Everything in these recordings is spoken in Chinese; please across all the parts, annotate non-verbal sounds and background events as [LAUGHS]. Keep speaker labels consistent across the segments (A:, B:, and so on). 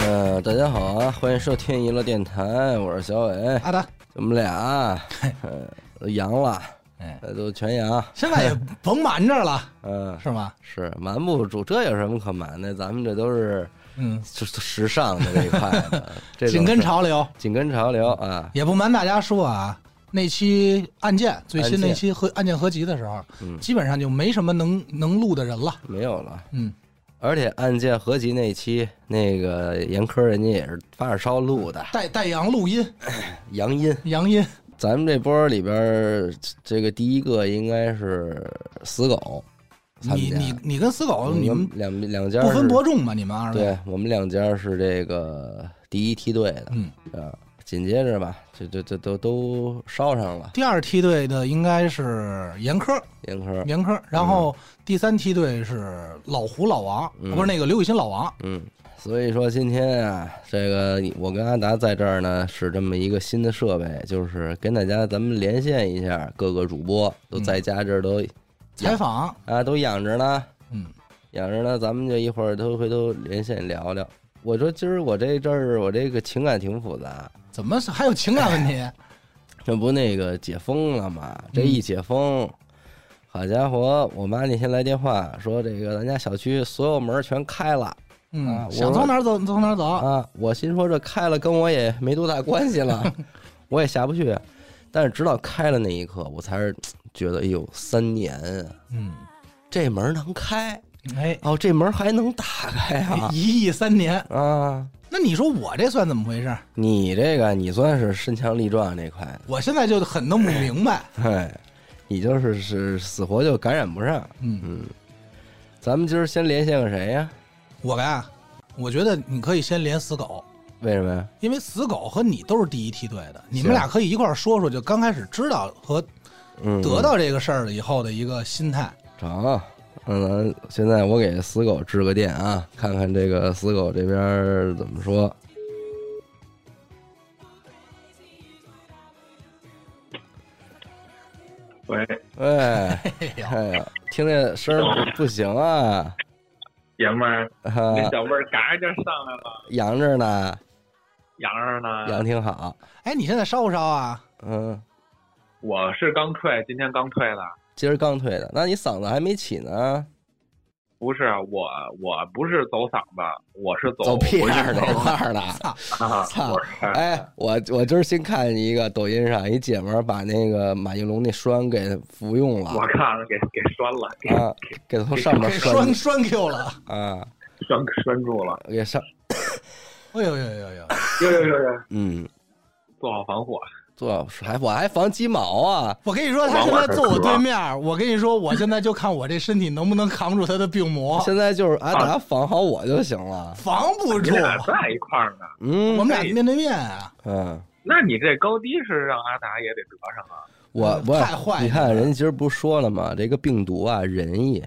A: 啊，大家好啊，欢迎收听娱乐电台，我是小伟，
B: 阿达，
A: 我们俩嗯都阳了，
B: 哎，
A: 呃都全阳，
B: 现在也甭瞒着
A: [LAUGHS]
B: 了，
A: 嗯，
B: 是吗？
A: 是瞒不住，这有什么可瞒的？咱们这都是
B: 嗯，
A: 就是时尚的这一块的，这种
B: 紧跟潮流，
A: 紧跟潮流啊，
B: 也不瞒大家说啊，那期案件最新
A: 案件
B: 那期合案件合集的时候，
A: 嗯
B: 基本上就没什么能能录的人了。
A: 没有了。
B: 嗯，
A: 而且案件合集那期，那个严科人家也是发着烧录的
B: 带带阳录
A: [LAUGHS]
B: 音，
A: 杨音，
B: 阳音，
A: 咱们这波里边儿这个第一个应该是死狗参加，
B: 你你你跟死狗，
A: 我
B: 你们
A: 两两家
B: 不分
A: 是
B: 伯仲嘛？你们二位，
A: 对我们两家是这个第一梯队的，
B: 嗯，
A: 啊，紧接着吧，这这这都都烧上了，
B: 第二梯队的应该是严科，
A: 严科，
B: 严科，然后第三梯队是老胡老王，啊
A: 嗯
B: 不是那个刘雨欣老王，
A: 嗯，所以说今天啊，这个我跟阿达在这儿呢是这么一个新的设备，就是跟大家咱们连线一下各个主播都在
B: 嗯
A: 家这儿都、
B: 采访，
A: 啊都养着呢，
B: 嗯，
A: 养着呢，咱们就一会儿都回头连线聊聊。我说今儿我这阵儿我这个情感挺复杂，
B: 怎么是还有情感问题？
A: [LAUGHS] 这不那个解封了吗？这
B: 嗯
A: 一解封，好家伙！我妈那天来电话说，这个咱家小区所有门儿全开了啊
B: 嗯，
A: 我
B: 想从哪儿走从哪儿走。
A: 啊！我心说这开了跟我也没多大关系了，我也下不去。但是直到开了那一刻，我才是觉得，哎呦，三年啊，
B: 嗯，
A: 这门儿能开
B: 哎，
A: 哦，这门儿还能打开啊
B: 一亿三年，
A: 啊！
B: 那你说我这算怎么回事？
A: 你这个你算是身强力壮这块，
B: 我现在就很弄 [CLEARS THROAT] 不明白。
A: 哎，你就是是死活就感染不上。
B: 嗯，
A: 咱们今儿先连线个谁呀、
B: 我呀，我觉得你可以先连死狗，
A: 为什么呀？
B: 因为死狗和你都是第一梯队的，你们
A: 行
B: 俩可以一块儿说说，就刚开始知道和
A: 嗯，
B: 得到这个事儿了以后的一个心态。
A: 成。嗯，现在我给死狗致个电啊，看看这个死狗这边儿怎么说。
C: 喂，
A: 哎，
B: 哎呦，
A: 哎呀，听这声儿不行啊，
C: 爷们儿，
A: 啊
C: 那小妹儿嘎就上来了，
A: 养着呢，
C: 洋儿呢？
A: 养挺好。
B: 哎，你现在烧不烧啊？
A: 嗯，
C: 我是刚退，今天刚退的。
A: 今儿刚退的，那你嗓子还没起呢？
C: 不是啊我，我不是走嗓子，我是走
A: 走屁眼儿
C: 我
A: 这
C: 是走
A: 块儿的。
C: 啊！
A: 操
C: 我是
A: 哎，我我今儿新看一个抖音上一姐们儿把那个马应龙那栓给服用了
C: 我看了，给给拴了，给
A: 啊，给从上面
B: 给
A: 栓
B: 栓栓 Q 了。
A: 啊，
C: 拴拴住了。
A: 给上
B: 哎呦呦呦呦！
C: 呦呦呦呦，
A: 嗯，
C: 做好防火。
A: 做还我还防鸡毛啊，
B: 我跟你说，他现在坐我对面儿，我跟你说，我现在就看我这身体能不能扛住他的病魔，
A: 现在就是阿
B: 啊
A: 达防好我就行了。
B: 防不
C: 你
B: 住。
C: 俩在一块儿呢？
A: 嗯，
B: 我们俩面对面啊，
A: 嗯，
C: 那你这高低是让阿达也得得上啊？
A: 我我
B: 太坏了
A: 你看人家今儿不是说了吗？这个病毒啊，仁义，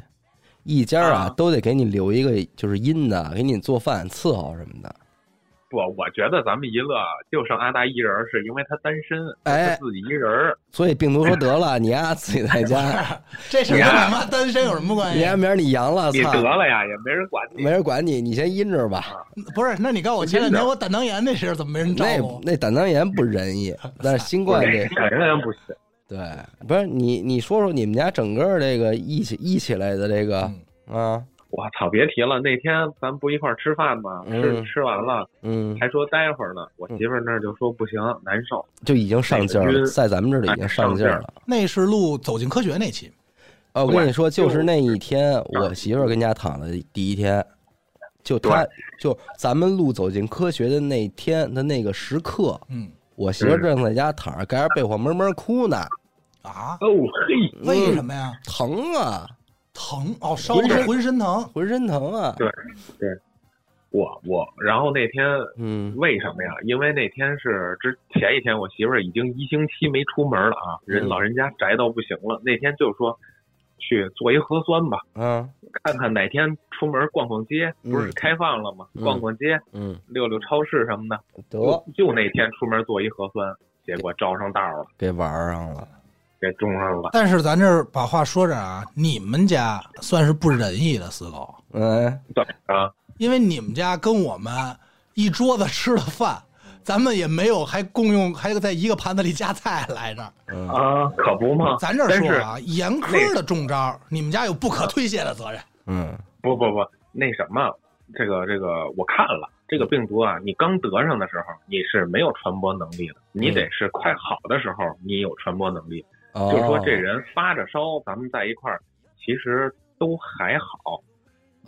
A: 一家啊
C: 啊
A: 都得给你留一个就是阴的，给你做饭伺候什么的。
C: 不，我觉得咱们一乐就剩阿达一人儿，是因为他单身，
A: 哎
C: 他自己一人儿。
A: 所以病毒说得了，你丫、自己在
B: [LAUGHS]
A: 家，
B: 这事儿
C: 你
B: 跟
C: 啊
B: 你妈单身有什么关
A: 你丫、啊
B: 系？
A: 明儿你阳了，
C: 你
A: 操
C: 得，了呀，也没人管你
A: 没。人管你，你先阴着吧。
B: 不是，那你告诉我前两
C: 真
B: 天
C: 的
B: 我胆囊炎那事儿怎么没人照
A: 那
B: 顾？
A: 那胆囊炎不仁
B: [LAUGHS]
A: 义，但是新冠
C: [LAUGHS]
A: 这
C: 肯定不行。
A: 对，不是你你说说你们家整个这个一起一起来的这个、啊，
C: 我操，别提了，那天咱不一块儿吃饭吗？
A: 嗯
C: 吃吃完了，
A: 嗯，
C: 还说待会儿呢。我媳妇儿那儿就说不行，难受。
A: 就已经上劲儿
C: 那个
A: 了，
C: 晕
A: 在咱们这里已经上劲儿了。
B: 那是录《走进科学》那期，
A: 哦，我跟你说，
C: 对
A: 就是那一天，我媳妇儿跟家躺的第一天，就她就咱们录《走进科学》的那天的那个时刻，
B: 嗯
A: 我媳妇儿正在家躺着盖着被窝闷闷哭呢，
B: 啊，
C: 哦嘿，
B: 为什么呀？
A: 疼啊，
B: 疼哦，烧的
C: 身
B: 浑身疼，
A: 浑身疼啊，
C: 对我我，然后那天
A: 嗯
C: 为什么呀？因为那天是之前一天，我媳妇儿已经一星期没出门了啊，人
A: 嗯
C: 老人家宅到不行了。那天就说去做一核酸吧，
A: 啊
C: 看看哪天出门逛逛街，
A: 嗯
C: 不是开放了吗？
A: 嗯哦
C: 逛逛街，
A: 嗯，
C: 溜溜超市什么的。
A: 得
C: 就就那天出门做一核酸，结果招上道了，
A: 给玩儿上了。
C: 给中上了。 [LAUGHS]
B: 但是咱这儿把话说这儿啊，你们家算是不仁义的死狗，
A: 嗯，
C: 怎么着？
B: 因为你们家跟我们一桌子吃的饭，咱们也没有还共用，还在一个盘子里夹菜来着。
A: 嗯，
C: 啊，可不嘛。
B: 咱这儿
C: 但
B: 说
C: 是
B: 啊，严苛的中招，你们家有不可推卸的责任。
A: 嗯，
C: 不不不，那什么，这个这个，我看了这个病毒啊，你刚得上的时候你是没有传播能力的，你
A: 嗯
C: 得是快好的时候你有传播能力。
A: 哦
C: 啊就是说这人发着烧，咱们在一块儿其实都还好，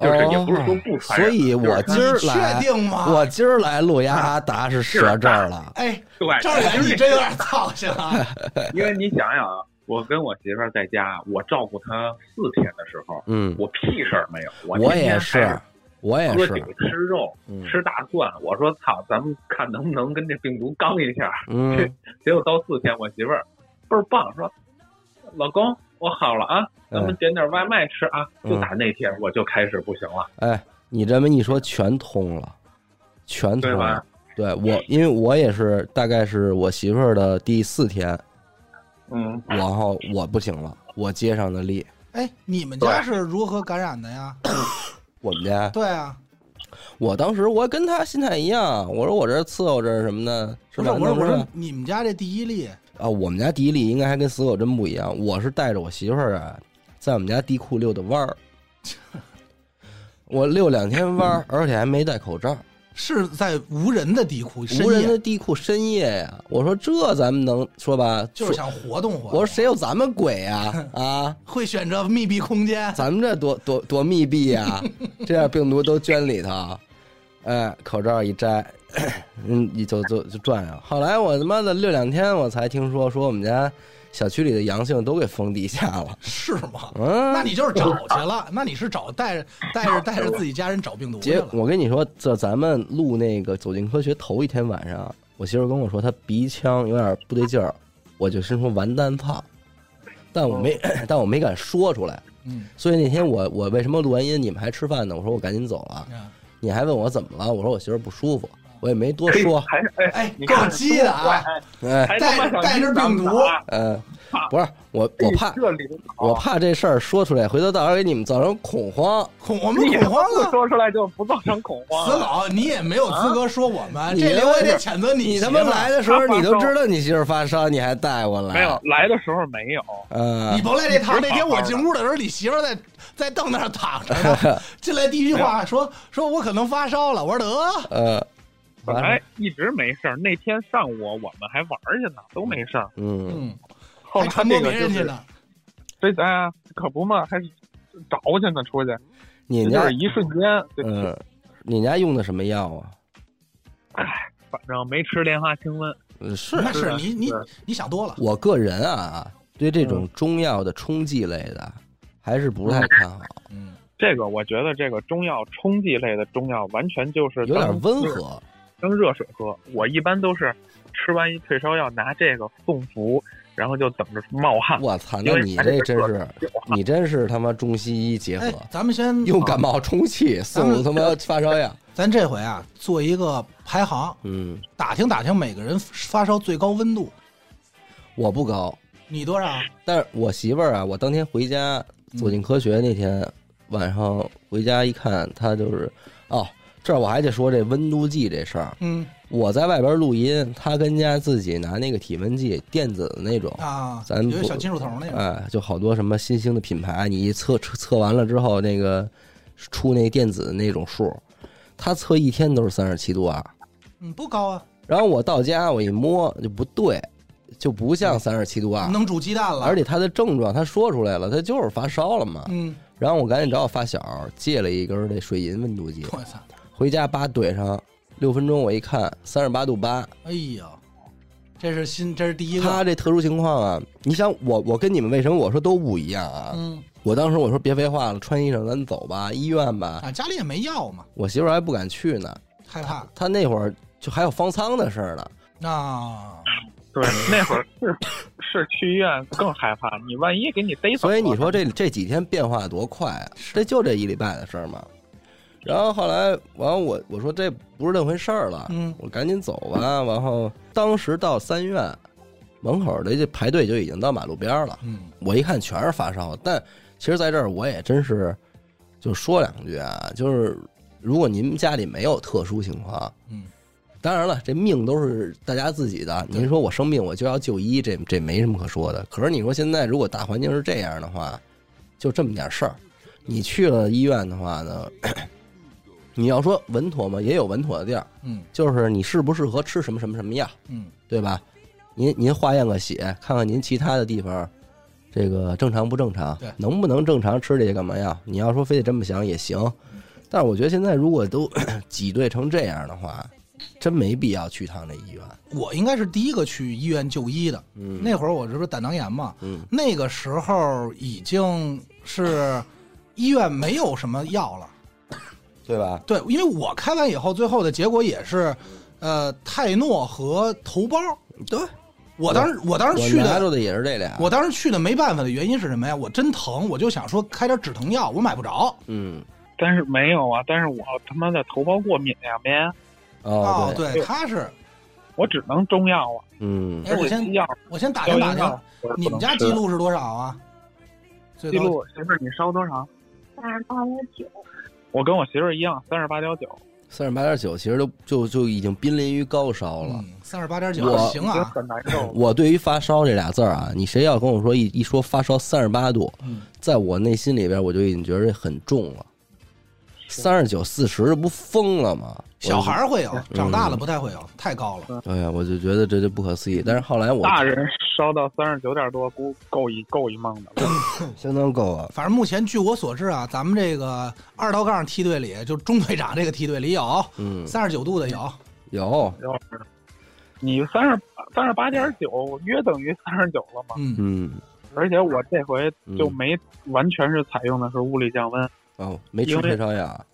C: 就是也不是说不传
A: 哦所
C: 染，
A: 以我
C: 就
A: 今儿
B: 你确
A: 来，
B: 定
C: 啊
B: 吗？
A: 我今儿来路亚达是折这儿了，
B: 哎，
C: 对，
B: 赵远，你
C: 因
B: 真有点操心啊！
A: 哎
C: 为 [LAUGHS] 因为你想想啊，我跟我媳妇儿在家，我照顾她四天的时候，
A: 嗯，
C: 我屁事儿没有，我
A: 我
C: 天
A: 也
C: 天还
A: 是，我也
C: 喝酒
A: 哎是，
C: 吃肉
A: 嗯
C: 吃大蒜，我说操，咱们看能不能跟这病毒刚一下。
A: 嗯，
C: [LAUGHS] 结果到四天，我媳妇儿倍儿棒，说老公我好了啊，咱们点点外卖吃啊。
A: 哎嗯
C: 就打那天我就开始不行了，
A: 哎，你这么一说，全通了，全通
C: 对
A: 了
C: 吧。
A: 对我，因为我也是，大概是我媳妇儿的第四天，
C: 嗯，
A: 然后我不行了，我接上的力。
B: 哎，你们家是如何感染
A: [COUGHS]
B: 的呀？
A: 我们家，
B: 对啊，
A: 我当时我跟他心态一样，我说我这伺候着什么的，
B: 不是，
A: 吧？
B: 我
A: 那
B: 说
A: 不
B: 我说你们家这第一例，
A: 啊，我们家第一例应该还跟死狗真不一样，我是带着我媳妇儿啊，在我们家地库遛的弯儿，我遛两天弯儿，而且还没戴口罩，
B: 是在无人的地库，深
A: 无人
B: 夜
A: 的地库深夜呀、我说这咱们能说吧？
B: 就是想活动活
A: 我
B: 动。
A: 说谁有咱们鬼呀、啊？
B: 会选择密闭空间？
A: 咱们这多多多密闭呀、这样病毒都圈里头。哎，口罩一摘，嗯，一就就就转悠。后来我他妈的遛两天，我才听说说我们家小区里的阳性都给封地下了。
B: 是吗？
A: 嗯，
B: 那你就是找去了，那你是找带着带着带着自己家人找病毒去
A: 结
B: 了。
A: 我跟你说，这咱们录那个《走进科学》头一天晚上，我媳妇跟我说她鼻腔有点不对劲儿，我就心说完蛋操，但我没、 [COUGHS] 但我没敢说出来，
B: 嗯，
A: 所以那天我我为什么录完音你们还吃饭呢？我说我赶紧走了，
B: 啊
A: 你还问我怎么了？我说我媳妇不舒服，我也没多
C: 嘿
A: 说，
C: 还哎
B: 哎，
C: 你
B: 够
C: 看
B: 鸡的啊！
A: 哎，
C: 还他妈想
B: 带带着病毒
A: 呃，不是我我怕
C: 哎这领导
A: 我怕这事儿说出来，回头到时候给你们造成恐慌。
B: 恐我们
C: 你
B: 恐慌
C: 不
B: 啊！
C: 说出来就不造成恐慌啊
B: 死
C: 了。
B: 老，你也没有资格说我们，
A: 你
B: 这里我也得
A: 不
B: 谴责
A: 你
B: 媳妇
A: 他
B: 儿
A: 妈来，的时候，
C: 他发
A: 你都
C: 烧
A: 知道你媳妇发烧，你还带我来，
C: 没有来的时候没有，
A: 呃，
B: 你甭来这套。
C: 你
B: 那
C: 别
B: 天我
C: 好好
B: 进屋的时候，你媳妇儿在在凳子上躺着
A: [LAUGHS]
B: 呢，进来第一句话说说我可能发烧了，我说得，
A: 呃，
C: 本
A: 完了
C: 来一直没事儿。那天上午我们还玩儿去呢，都没事儿。
A: 嗯，
B: 嗯，
C: 后
B: 还
C: 来
B: 传播
C: 这
B: 别
C: 个就
B: 人去
C: 是
B: 呢。
C: 这哎，可不嘛，还是找去呢，出去。
A: 你
C: 这就
A: 家
C: 是一瞬间，对
A: 嗯，你家用的什么药啊？
C: 反正没吃莲花清瘟。
A: 呃是
B: 那是
C: 是
B: 你你
C: 是
B: 你想多了，
A: 我个人啊，对这
C: 嗯
A: 种中药的冲剂类的还是不太看好，
B: 嗯，
C: 这个我觉得这个中药冲剂类的中药完全就是
A: 有点
C: 当
A: 温，和。
C: 当热水喝。我一般都是吃完一退烧药拿这个送服，然后就等着冒汗。
A: 我操，
C: 嗯因
A: 那
C: 为
A: 你
C: 还是
A: 这真
C: 热
A: 是，
C: 有汗
A: 你真是他妈中西医结
B: 哎
A: 合，，
B: 咱们先
A: 用感冒冲剂
C: 嗯
A: 送他妈发烧药。
B: 咱这回啊做一个排行，
A: 嗯，
B: 打听打听每个人发烧最高温度，
A: 我不高，
B: 你多少？
A: 但是我媳妇儿啊，我当天回家
B: 嗯
A: 走进科学那天、晚上回家一看，她就是哦，这儿我还得说这温度计这事儿。
B: 嗯
A: 我在外边录音，他跟家自己拿那个体温计，电子的那种，
B: 啊，
A: 哦咱
B: 有一
A: 不
B: 小金属头那个，
A: 哎，就好多什么新兴的品牌，你一测测测完了之后，那个出那电子那种数，他测一天都是三十七度二。啊
B: 嗯，不高啊，
A: 然后我到家我一摸就不对，就不
B: 嗯
A: 像三十七度二，
B: 能煮鸡蛋了，
A: 啊而且他的症状他说出来了，他就是发烧了嘛。
B: 嗯，
A: 然后我赶紧找我发小借了一根那水银温度计，
B: 我操，
A: 回家叭怼上，六分钟我一看三十八度八。
B: 哎呦，这是新，这是第一
A: 他
B: 个，
A: 这特殊情况啊，你想我我跟你们为什么我说都不一样啊？
B: 嗯
A: 我当时我说别废话了，穿衣裳咱走吧，医院吧。
B: 啊，家里也没药嘛，
A: 我媳妇儿还不敢去呢，
B: 害怕
A: 她那会儿就还有方舱的事儿呢。
B: 啊，
C: 对，那会儿是是去医院更害怕，你万一给你逮走
A: 所
C: 了，
A: 以你说这这几天变化多快啊！这就这一礼拜的事儿嘛。然后后来完了我我说这不是那回事儿了，
B: 嗯
A: 我赶紧走吧。然后当时到三院门口的这排队就已经到马路边儿了。
B: 嗯
A: 我一看全是发烧，但其实在这儿我也真是就说两句啊，就是如果您家里没有特殊情况，
B: 嗯，
A: 当然了，这命都是大家自己的。您说我生病我就要就医，这这没什么可说的。可是你说现在如果大环境是这样的话，就这么点事儿，你去了医院的话呢， [COUGHS] 你要说稳妥嘛，也有稳妥的地儿，
B: 嗯
A: 就是你适不适合吃什么什么什么药，
B: 嗯
A: 对吧？您您化验个血，看看您其他的地方，这个正常不正常
B: 对，
A: 能不能正常吃这些干嘛药？你要说非得这么想也行，
B: 嗯
A: 但是我觉得现在如果都 [COUGHS] 挤兑成这样的话，真没必要去趟这医院。
B: 我应该是第一个去医院就医的。
A: 嗯
B: 那会儿我这不是胆囊炎嘛，
A: 嗯
B: 那个时候已经是医院没有什么药了。
A: 对吧？
B: 对，因为我开完以后，最后的结果也是，呃，泰诺和头孢。
A: 对，
B: 我当时我当时
A: 我
B: 去
A: 拿
B: 的，
A: 着的也是这俩。
B: 我当时去的没办法的原因是什么呀？我真疼，我就想说开点止疼药，我买不着。
A: 嗯
D: 但是没有啊，但是我他妈的头孢过敏两边，
C: 啊
A: 哦对，
B: 啊对，他是，
D: 我只能中药啊，
A: 嗯
B: 哎，我
D: 而且
B: 先
D: 西药
B: 我先打
D: 消
B: 听
D: 炎
B: 打
D: 药
B: 听，
D: 我是
B: 你
D: 不
B: 们
D: 能
B: 家记
D: 吃的
B: 录是多少啊？最
D: 记
B: 高
D: 录媳妇儿你烧多少？
E: 三十八点九，
D: 我跟我媳妇儿一样，三十八点九，
A: 三十八点九其实都就就已经濒临于高烧了。
B: 嗯三十八点九，
A: 我
B: 行
D: 已经
B: 啊，
D: 很难受
A: [LAUGHS]
D: 了。
A: 我对于发烧这俩字儿啊，你谁要跟我说一一说发烧三十八度，
B: 嗯
A: 在我内心里边我就已经觉得很重了。三十九、四十，这不疯了吗？
B: 小孩儿会有，长大了
A: 嗯
B: 不太会有，太高了。
A: 我就，哎呀，我就觉得这就不可思议。但是后来我
D: 大人烧到三十九点多，估够一够一梦的 [LAUGHS] 了。
A: 相当够了，
B: 反正目前据我所知啊，咱们这个二道杠梯队里，就中队长这个梯队里有
A: 嗯，
B: 三十九度的有，
A: 有，
D: 你三十三十八点九，约等于三十九了嘛？
B: 嗯，
A: 嗯，
D: 而且我这回就
A: 嗯
D: 没完全是采用的是物理降温，
A: 哦，没吃
D: 因为
A: 退烧药啊，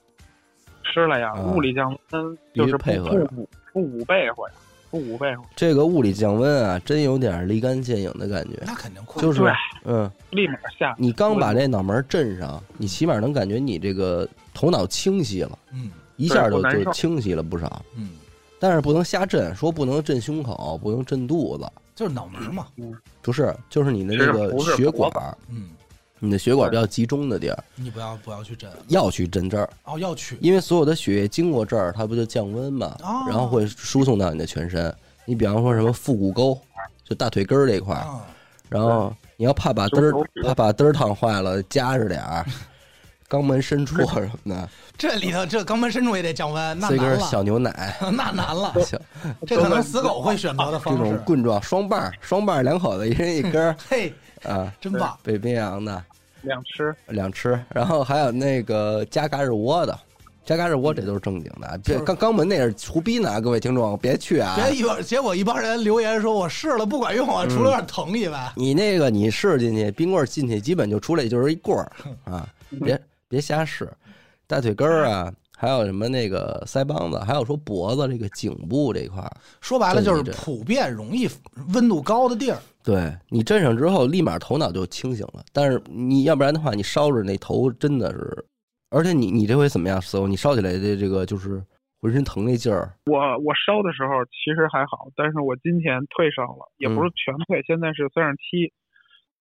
D: 吃了呀，
A: 啊
D: 物理降温
A: 必
D: 就
A: 须
D: 是
A: 配
D: 不
A: 合
D: 不
A: 着
D: 五不五倍回来，不五倍回来，
A: 这个物理降温啊，真有点立竿见影的感觉，
B: 那肯定快。
A: 就是
D: 对，
A: 嗯，
D: 立马下。
A: 你刚把这脑门震上，你起码能感觉你这个头脑清晰了，
B: 嗯
A: 一下
D: 对
A: 就
D: 我难受
A: 就清晰了不少。
B: 嗯，
A: 但是不能瞎震，说不能震胸口，不能震肚子，
B: 就是脑门嘛。
A: 不是，就是你的那个
D: 是不是
A: 血
D: 脖
A: 管
D: 子
A: 儿，
B: 嗯，
A: 你的血管比较集中的地儿
B: 你不要不要去震
A: 要去震这儿，
B: 哦，要去
A: 因为所有的血液经过这儿，它不就降温嘛，
B: 哦
A: 然后会输送到你的全身。你比方说什么腹股沟，就大腿根儿这块儿，
B: 啊，
A: 然后你要怕把嘚
D: 胸口
A: 儿怕把嘚儿烫坏了，夹着点儿，肛门深处什么的，
B: 这里头这肛门深处也得降温， [LAUGHS] 那
A: 塞
B: 难
A: 根
B: 了，
A: 小牛奶，
B: 那难了，
A: 小
B: 这可能死狗会选择的
A: 这
B: 方
A: 种
B: 式。
A: 棍状双棒儿，双棒儿两口子一人一根儿
B: 嘿， [LAUGHS]
A: 啊，
B: 真棒！
A: 北冰洋的
D: 两吃，
A: 两吃，然后还有那个加嘎日窝的。加嘎日窝这都是正经的，啊这肛肛门那是胡逼呢，各位听众别去啊！
B: 别一会儿，结果一帮人留言说我试了不管用
A: 嗯
B: 啊，除了有点疼以外，
A: 你那个你试进去，冰棍儿进去，基本就出来就是一棍儿啊！别别瞎试，大腿根儿啊，还有什么那个腮帮子，还有说脖子这个颈部这块儿，
B: 说白了就是
A: 震一震
B: 普遍容易温度高的地儿。
A: 对你震上之后，立马头脑就清醒了。但是你要不然的话，你烧着那头真的是，而且你你这回怎么样，师傅？你烧起来的这个就是浑身疼那劲儿，
D: 我我烧的时候其实还好，但是我今天退烧了，也不是
A: 嗯
D: 全退，现在是三十七，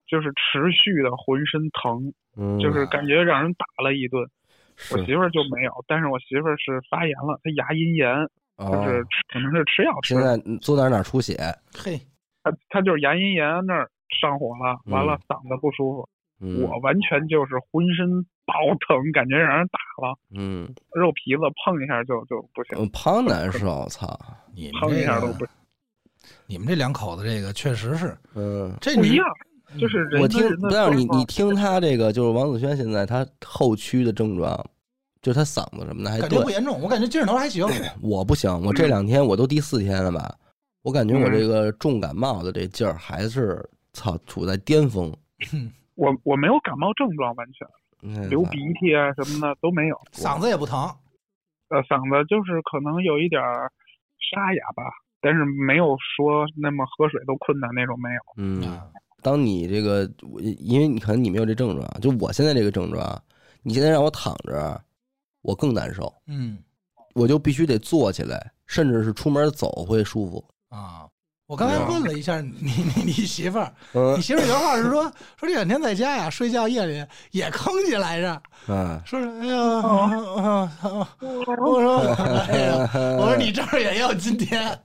D: 就是持续的浑身疼，
A: 嗯，
D: 就是感觉让人打了一顿。
A: 啊是
D: 我媳妇儿就没有，但是我媳妇儿是发炎了，她牙龈炎，就
A: 啊，
D: 是吃可能是吃药吃
A: 现
D: 的。
A: 在坐哪儿哪儿出血，
B: 嘿，
D: 他他就是牙龈炎那儿上火了，完了嗓子不舒服，
A: 嗯
D: 我完全就是浑身爆疼，感觉让人打了，
A: 嗯，
D: 肉皮子碰一下就就不行，
A: 嗯胖难受，操，
B: 你们
D: 碰一
B: 这
D: 下都不
B: 个，你们这两口子这个确实是，
A: 嗯。
B: 这
D: 不一
B: 你
D: 样，就是人
A: 我
D: 跟
A: 听
D: 人，的
A: 但是你
D: 状
A: 你听他这个，就是王子轩现在他后区的症状，就是他嗓子什么的还
B: 感觉不
A: 对，
B: 严重，我感觉劲儿头还行。
A: 我不行，
D: 嗯
A: 我这两天我都第四天了吧，我感觉我这个重感冒的这劲儿还是操处在巅峰，
D: 我我没有感冒症状，完全
A: 嗯
D: 流鼻涕啊什么的都没有，
B: 嗓子也不疼，
D: 呃嗓子就是可能有一点儿沙哑吧，但是没有说那么喝水都困难那种没有，
A: 嗯，
B: 啊
A: 当你这个，我因为你可能你没有这症状，就我现在这个症状，啊你现在让我躺着，我更难受，
B: 嗯
A: 我就必须得坐起来，甚至是出门走会舒服。
B: 啊。我刚才问了一下你你你媳妇儿，
A: 嗯
B: 你媳妇儿原话是说说这两天在家呀，睡觉夜里也吭起来着，
A: 啊，
D: 哦
B: 说是哎呀，啊啊啊哎我说你这儿也有今天，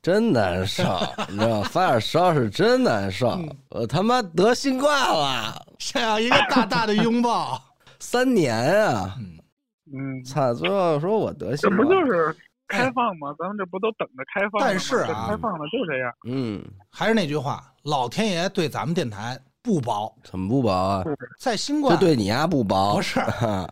A: 真难受，你知道吗？发点烧是真难受，
B: 嗯
A: 我他妈得新冠了，
B: 想要一个大大的拥抱。
A: 三年啊！
D: 嗯，
A: 操，最后说我得
D: 这
A: 新
D: 不
A: 冠，
D: 就是
A: 哎
D: 开放吗？咱们这不都等着开放了吗？
B: 但是啊
D: 这开放了就这样，
A: 嗯，
B: 还是那句话，老天爷对咱们电台不薄，
A: 怎么不薄啊？
B: 在新
A: 这
B: 冠
A: 对你呀不薄
B: 不，是， [LAUGHS]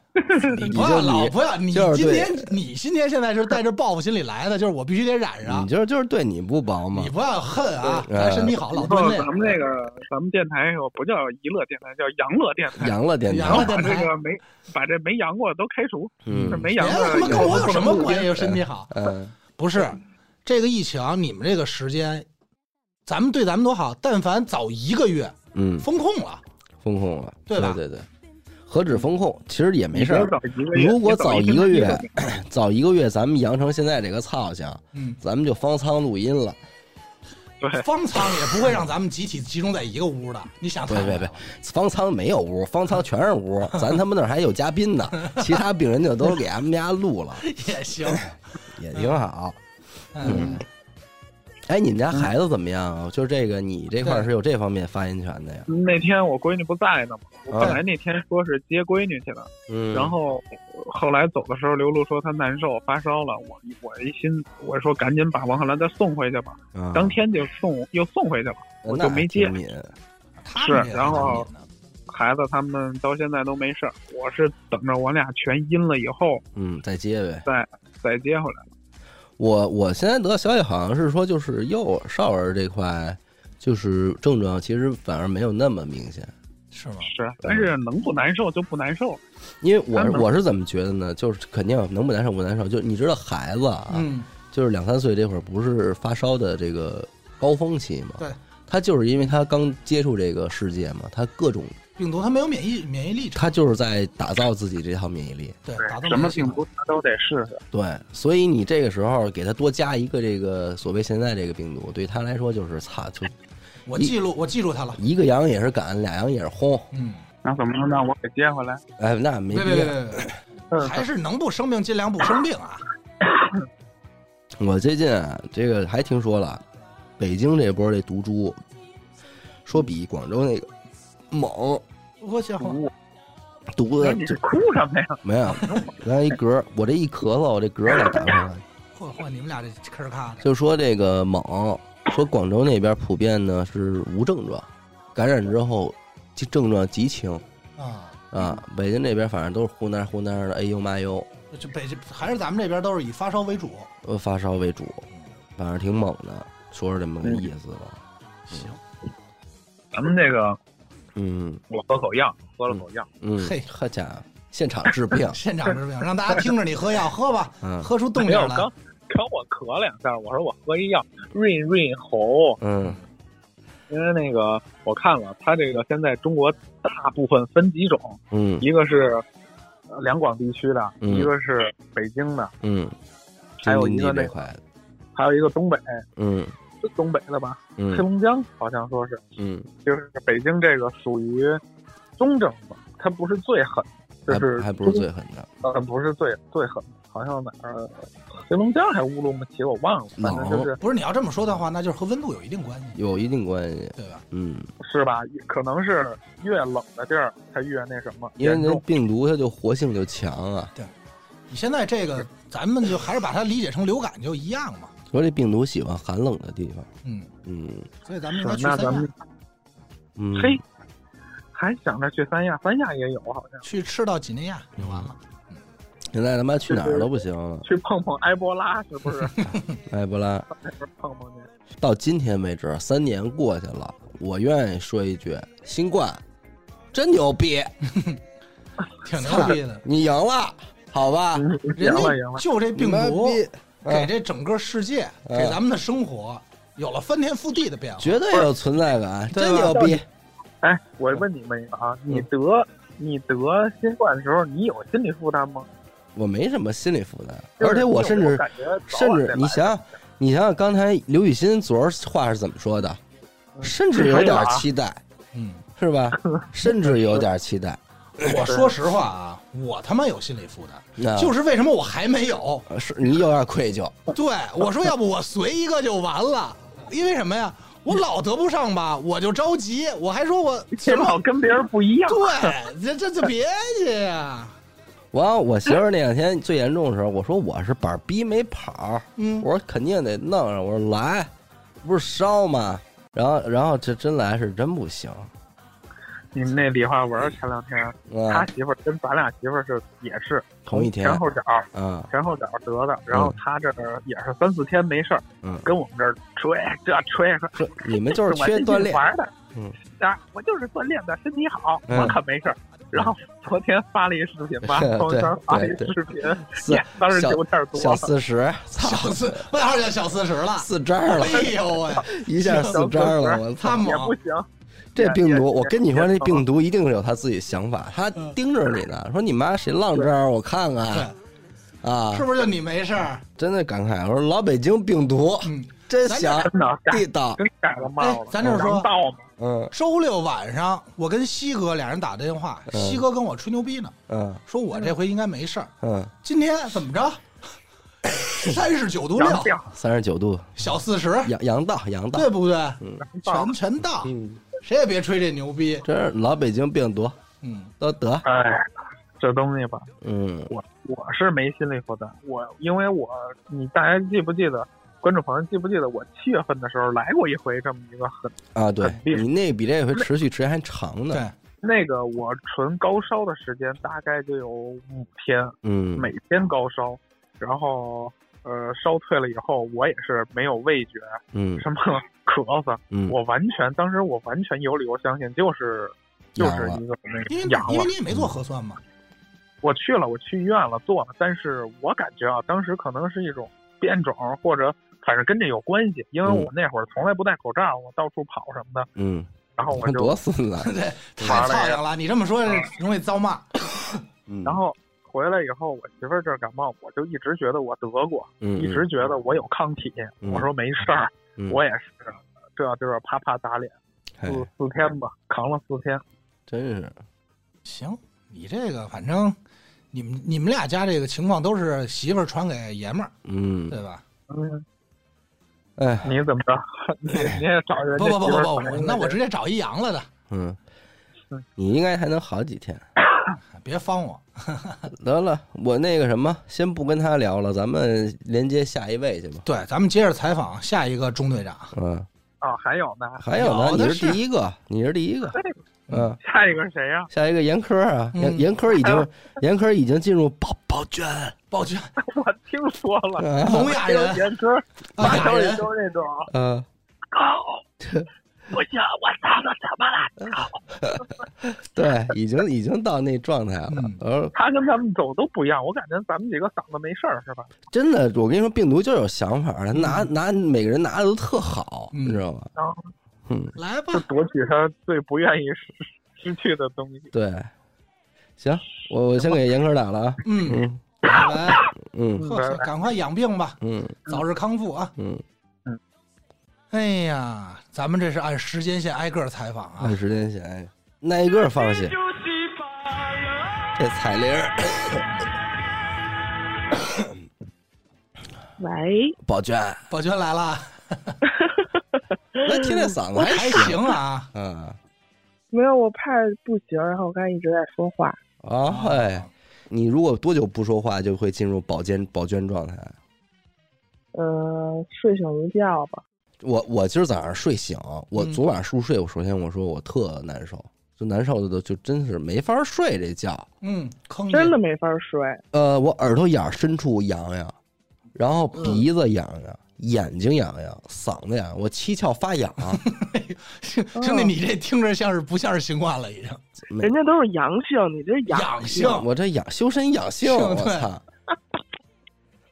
A: 你
B: 不要
A: 就
B: 老
A: 你
B: 不要你
A: 就是
B: 今
A: 对
B: 天你今天现在是带着报复心理来的，就是我必须得染上
A: 你。就是就是对你不薄嘛
B: 你，不要恨啊，
A: 对
B: 咱身体好，老
D: 以
B: 不
D: 后
B: 累
D: 咱。们那个咱们电台以后不叫娱乐电台，叫养乐电台。
A: 阳了点
B: 阳
A: 头
B: 了，
D: 把这个没把这没阳过的都开除，这
A: 嗯
D: 没
B: 别
D: 阳
B: 他
D: 的
B: 妈跟我有什么
D: 系？
B: 关系？身体好
A: 嗯，
B: 不是这个疫情，你们这个时间，咱们对咱们多好。但凡早一个月
A: 嗯，
B: 封控了，
A: 风控了，
B: 对吧
A: 对对，何止风控，其实也没事
D: 你
A: 儿
D: 不。是早一个月
A: 如果早一个月
D: 你早一，
A: 早一个月，咱们阳成现在这个操性，
B: 嗯，
A: 咱们就方舱录音了。
D: [LAUGHS] 对，
B: 方舱也不会让咱们集体集中在一个屋的。你想
A: 别
B: 太
A: 别
B: 美
A: 别
B: 了，
A: 方舱没有屋，方舱全是屋，
D: [LAUGHS]
A: 咱他妈那儿还有嘉宾呢，其他病人就都给他们家录
D: [LAUGHS]
A: 了，
B: 也行。
A: 也挺好。
B: 嗯，
A: 哎，你们
D: 嗯
A: 家孩子怎么样啊？就是这个，你这块儿是有这方面发言权的呀。
D: 那天我闺女不在呢嘛，我本
A: 啊
D: 来那天说是接闺女去的，
A: 嗯，
D: 然后后来走的时候，刘露说她难受发烧了，我我一心我说赶紧把王鹤兰再送回去吧，
A: 啊
D: 当天就送又送回去了。我
A: 那
D: 就
A: 还
D: 没
A: 挺
D: 接
A: 敏
B: 他们
D: 是
B: 也
D: 然
B: 挺
D: 后
B: 敏的
D: 孩子他们到现在都没事儿，我是等着我俩全阴了以后
A: 嗯，再接呗。
D: 再接回来。
A: 我我现在得到消息好像是说，就是幼少儿这块，就是症状其实反而没有那么明显。
B: 是吗？
D: 是，但是能不难受就不难受。
A: 因为我
D: 那么
A: 我是怎么觉得呢？就是肯定能不难受不难受，就你知道孩子啊，
B: 嗯，
A: 就是两三岁这会儿不是发烧的这个高峰期嘛？
B: 对，
A: 他就是因为他刚接触这个世界嘛，他各种
B: 病毒它没有免疫免疫力，
A: 他就是在打造自己这套免疫力。
B: 对，打到
D: 什么
B: 免疫系
D: 病
B: 统
D: 毒他都得试试。
A: 对，所以你这个时候给他多加一个这个所谓现在这个病毒，对他来说就是擦，就
B: 我记录，我记住它了。
A: 一个羊也是赶，俩羊也是轰，
B: 嗯，
D: 那怎么能让我给接回来？呃
A: 哎，那没
B: 别
A: 必
B: 别别
A: 要。
B: 别别，还是能不生病尽量不生病啊。
A: 我最近啊，这个还听说了，北京这波这毒株，说比广州那个猛，
B: 我家伙，
A: 毒
D: 那
A: 的
D: 你
A: 就是
D: 哭什么呀？
A: 没有，然后一嗝，我这一咳嗽，我这嗝儿给打出来。
B: 嚯嚯，你们俩这吭儿咔的，
A: 就说这个猛，说广州那边普遍呢是无症状，感染之后其症状极轻
B: 啊，
A: 啊。北京这边反正都是呼那呼那的，哎呦妈呦，
B: 这北这还是咱们这边都是以发烧为主。
A: 呃发烧为主，反正挺猛的，说是这么个意思吧。
B: 行，
D: 咱们这个
A: 嗯
F: 我喝口药，喝了口药，
A: 嗯，
B: 嘿，
A: 好家伙，现场治病
B: [LAUGHS]
D: 嗯
B: 现场治病，让大家听着你喝药，喝吧，
A: 嗯
B: 喝出动
F: 没
B: 静
F: 有
B: 来。
F: 刚刚我咳两下，我说我喝一药润润喉，
A: 嗯
D: 因为那个我看了，它这个现在中国大部分分几种，
A: 嗯
D: 一个是呃两广地区的，
A: 嗯
D: 一个是北京的，
A: 嗯，
D: 还有一
A: 京
D: 个
A: 津冀
D: 那
A: 这块，
D: 还有一个东北，
A: 嗯
D: 是东北的吧？黑
A: 嗯
D: 龙江好像说是，
A: 嗯，
D: 就是北京这个属于中症吧，它不是最狠，就
A: 还
D: 是
A: 还不是
D: 中
A: 最狠的，
D: 呃不是最最狠，好像哪儿呃黑龙江还是乌鲁木齐我忘了，反正就是
B: 不是你要这么说的话，那就是和温度有一定关系，
A: 有一定关系。
B: 对吧？
A: 嗯，
D: 是吧？可能是越冷的地儿它越那什么
A: 因为
D: 严
A: 那
D: 重。
A: 病毒它就活性就强啊。
B: 你现在这个，咱们就还是把它理解成流感就一样嘛。
A: 说这病毒喜欢寒冷的地方，
B: 嗯，
A: 嗯
B: 所以咱们应
D: 是
B: 该去
D: 那
B: 三
D: 咱
B: 亚
D: 们，
A: 嗯，
D: 嘿，还想着去三亚，三亚也有好像，
B: 去赤道几内亚就完了。
A: 现在他妈去哪儿都不行了，
D: 去碰碰埃博拉
A: [LAUGHS]
D: 是不是？
A: 埃博拉。
D: 那边碰碰去。
A: 到今天为止，三年过去了，我愿意说一句，新冠真牛逼，
B: 挺牛逼的。
A: 你赢了，好吧？
D: 嗯
B: 人
D: 赢了赢
B: 家
D: 了，
B: 就这病
A: 你妈
B: 毒
A: 逼啊
B: 给这整个世界、
A: 嗯
B: 给咱们的生活有了翻天覆地的变化。
A: 绝对有存在感，
B: 对
A: 真
B: 吧
A: 牛逼。
D: 哎，我问你们一个啊，你
A: 嗯
D: 得你得新冠的时候，你有心理负担吗？
A: 我没什么心理负担，
D: 就是
A: 而且我甚
D: 你有
A: 至
D: 没有感觉早啊
A: 甚
D: 晚得
A: 至
D: 来
A: 你想想，你想想刚才刘雨欣昨儿话是怎么说的，
D: 嗯
A: 甚至有
D: 啊
A: 点期待，
B: 嗯，
D: [LAUGHS]
A: 是吧？甚至有点期待。
B: 我说实话啊，我他妈有心理负
A: 那
B: 担，就是为什么我还没
A: [LAUGHS]
B: 有？
A: 呃是你有点愧疚，
B: 对，我说要不我随一个就完了，因为什么呀？我老得不
A: [LAUGHS]
B: 上吧，我就着急，我还说我什
D: 这老
B: 么？
D: 跟别人不一样。
B: 对，这这就别介呀，
A: 完了，我媳妇儿那两天最严重的时候，我说我是板逼没跑儿，
B: 嗯
A: 我说肯定得弄上，我说来，不是烧吗？然后，然后这真来是真不行，
D: 你们那李化文前两天，他
A: 啊，
D: 媳妇儿跟咱俩媳妇儿是也是
A: 同一天
D: 前，后脚
A: 啊，
D: 前后脚得的，然后他这儿也是三四天没事儿，
A: 嗯
D: 跟我们这儿吹这吹说
A: 说
D: [LAUGHS]
A: 你们就是
D: 我
A: 缺
D: 进去
A: 锻炼，
D: 玩的，
A: 嗯
D: 啊，我就是锻炼的，身体好，
A: 嗯，
D: 我可没事儿。然后昨天发了一视频
A: [LAUGHS]
D: 吧
A: 对
D: 朋友圈发了一
A: 对对
D: 视频，
A: 四
D: 也三十九点多
A: 小
D: 了，
A: 四十，
B: 小
A: 操，
B: 四，外号叫小四十
A: [LAUGHS]
B: 了。
A: 四张
D: [LAUGHS]
A: 了
B: 哎，呦喂，
A: 一下
B: 小
A: 四张了，
D: 小
A: 我
B: 他
A: 操！
B: 猛
D: 也不行。
A: 这病毒，
D: 也
A: 我跟你说，
D: 也嗯
A: 这病毒一定是有他自己想法，他盯着你呢，说你妈谁浪这儿，我看看
B: 对，
A: 啊
B: 是，不是就你没事儿？
A: 真的感慨，我说老北京病毒
B: 嗯，
A: 真
B: 咱
A: 想
D: 真的
A: 地道，
D: 真改了帽
B: 哎
D: 子，
B: 咱这么说
D: 能到吗？
A: 嗯
B: 周六晚上，我跟西哥俩人打电话，
A: 嗯
B: 西哥跟我吹牛逼呢，
A: 嗯
B: 说我这回应该没事儿。
A: 嗯，
B: 今天怎么着？
D: [LAUGHS]
B: 三十九度
D: 阳
B: 六，
D: 掉，
A: 三十九度，
B: 小四十，
A: 阳阳道阳道，
B: 对不对？
D: 阳到
B: 全。全到，
A: 嗯，
B: 谁也别吹这牛逼。
A: 这是老北京病毒
B: 嗯，
A: 都得，
D: 哎，这东西吧，
A: 嗯
D: 我我是没心理负担。我因为我，你大家记不记得，观众朋友记不记得，我七月份的时候来过一回这么一个很
A: 啊，对
D: 肯定
A: 你那比这回持续时间还长呢，
B: 对，
D: 那个我纯高烧的时间大概就有五天，
A: 嗯，
D: 每天高烧，然后呃烧退了以后，我也是没有味觉，
A: 嗯
D: 什么 [LAUGHS] 咳嗽，
A: 嗯，
D: 我完全当时我完全有理由相信就是就是
A: 痒了
D: 一个那
B: 因为
D: 个痒
B: 因
D: 了嗯
B: 为，你也没做核酸嘛。
D: 我去了，我去医院了做了，但是我感觉啊，当时可能是一种变种或者。反正跟这有关系，因为
A: 嗯
D: 我那会儿从来不戴口罩，我到处跑什么的，
A: 嗯，
D: 然后我就
A: 多啊孙
D: [LAUGHS]
A: 子，
B: 对，太操心了，你这么说容易遭骂。
A: 嗯
D: 然后回来以后，我媳妇儿这儿感冒，我就一直觉得我得过，
A: 嗯
D: 一直觉得我有抗体。
A: 嗯
D: 我说没事儿，
A: 嗯
D: 我也是，这就是啪啪打脸，
A: 哎
D: 四四天吧，扛了四天。
A: 真是，
B: 行，你这个反正你们你们俩家这个情况都是媳妇儿传给爷们儿，
A: 嗯，
B: 对吧？
D: 嗯，
A: 哎，
D: 你怎么着？ [LAUGHS] 你你也找人
B: 不
D: 家
B: 不不
D: 媳妇
B: 不不
D: 儿反
B: 我，
D: 正
B: 那我直接找一阳了的，
A: 嗯，你应该还能好几天。
B: 别方我。
A: 得了，我那个什么，先不跟他聊了，咱们连接下一位去吧。
B: 对，咱们接着采访下一个中队长。
A: 嗯，
D: 啊，还有呢，哎
A: 还有呢，
B: 有的
A: 你是第一个，你是第一个。嗯，
D: 下一个谁呀、 [LAUGHS]
A: 下一个严科啊，
B: 嗯
A: 严严科已
D: 还
B: [LAUGHS]
A: 经严科已经进入保保卷，
B: 暴君，
D: 我听说了，
A: 嗯
B: 聋哑
D: 这
B: 人，
D: 严哥
B: 聋
D: 马
B: 哑
D: 小
B: 人
D: 也，都那种，
A: 嗯
D: 靠，不行，我操，那怎么了？
A: 对，已经已经到那状态了呃
B: 嗯。
A: 而
D: 他跟咱们走都不一样，我感觉咱们几个嗓子没事儿是吧？
A: 真的，我跟你说，病毒就是有想法儿，他拿拿每个人拿的都特好，
B: 嗯
A: 你知道吗？
D: 然后
A: 嗯，
B: 来吧
D: 就，夺取他最不愿意失失去的东西。
A: 对。行，我我先给严科打了啊。
B: 嗯，
A: 嗯
B: 来，
A: 嗯
B: 呵呵赶快养病吧，
A: 嗯
B: 早日康复啊！
A: 嗯，
B: 哎呀，咱们这是按时间线挨个采访啊
A: 按，时间线，哎耐个放下。这彩铃儿，
E: 喂，
A: 宝娟，
B: 宝娟来了，啊
A: 那听这嗓子还
B: 还行啊，
A: 啊
E: 没有，我怕不行，然后我刚才一直在说话。
A: 啊！嗨，你如果多久不说话，就会进入保健保娟状态。
E: 呃，睡醒如觉吧。
A: 我我今儿早上睡醒，我
B: 嗯
A: 昨晚入睡，我首先我说我特难受，就难受的都就真是没法睡这觉。
B: 嗯，坑
E: 真
B: 的，
E: 的没法睡。
A: 呃，我耳朵眼儿深处痒痒，然后鼻子痒痒，眼睛痒痒，嗓子痒，我七窍发痒。啊
B: 兄弟，你这听着像是不像是新冠了已经？
E: 人家都是阳性，你这阳
B: 阳性
A: 我这养修身养性，
B: 是
A: 我
B: 对
A: 操！ [LAUGHS]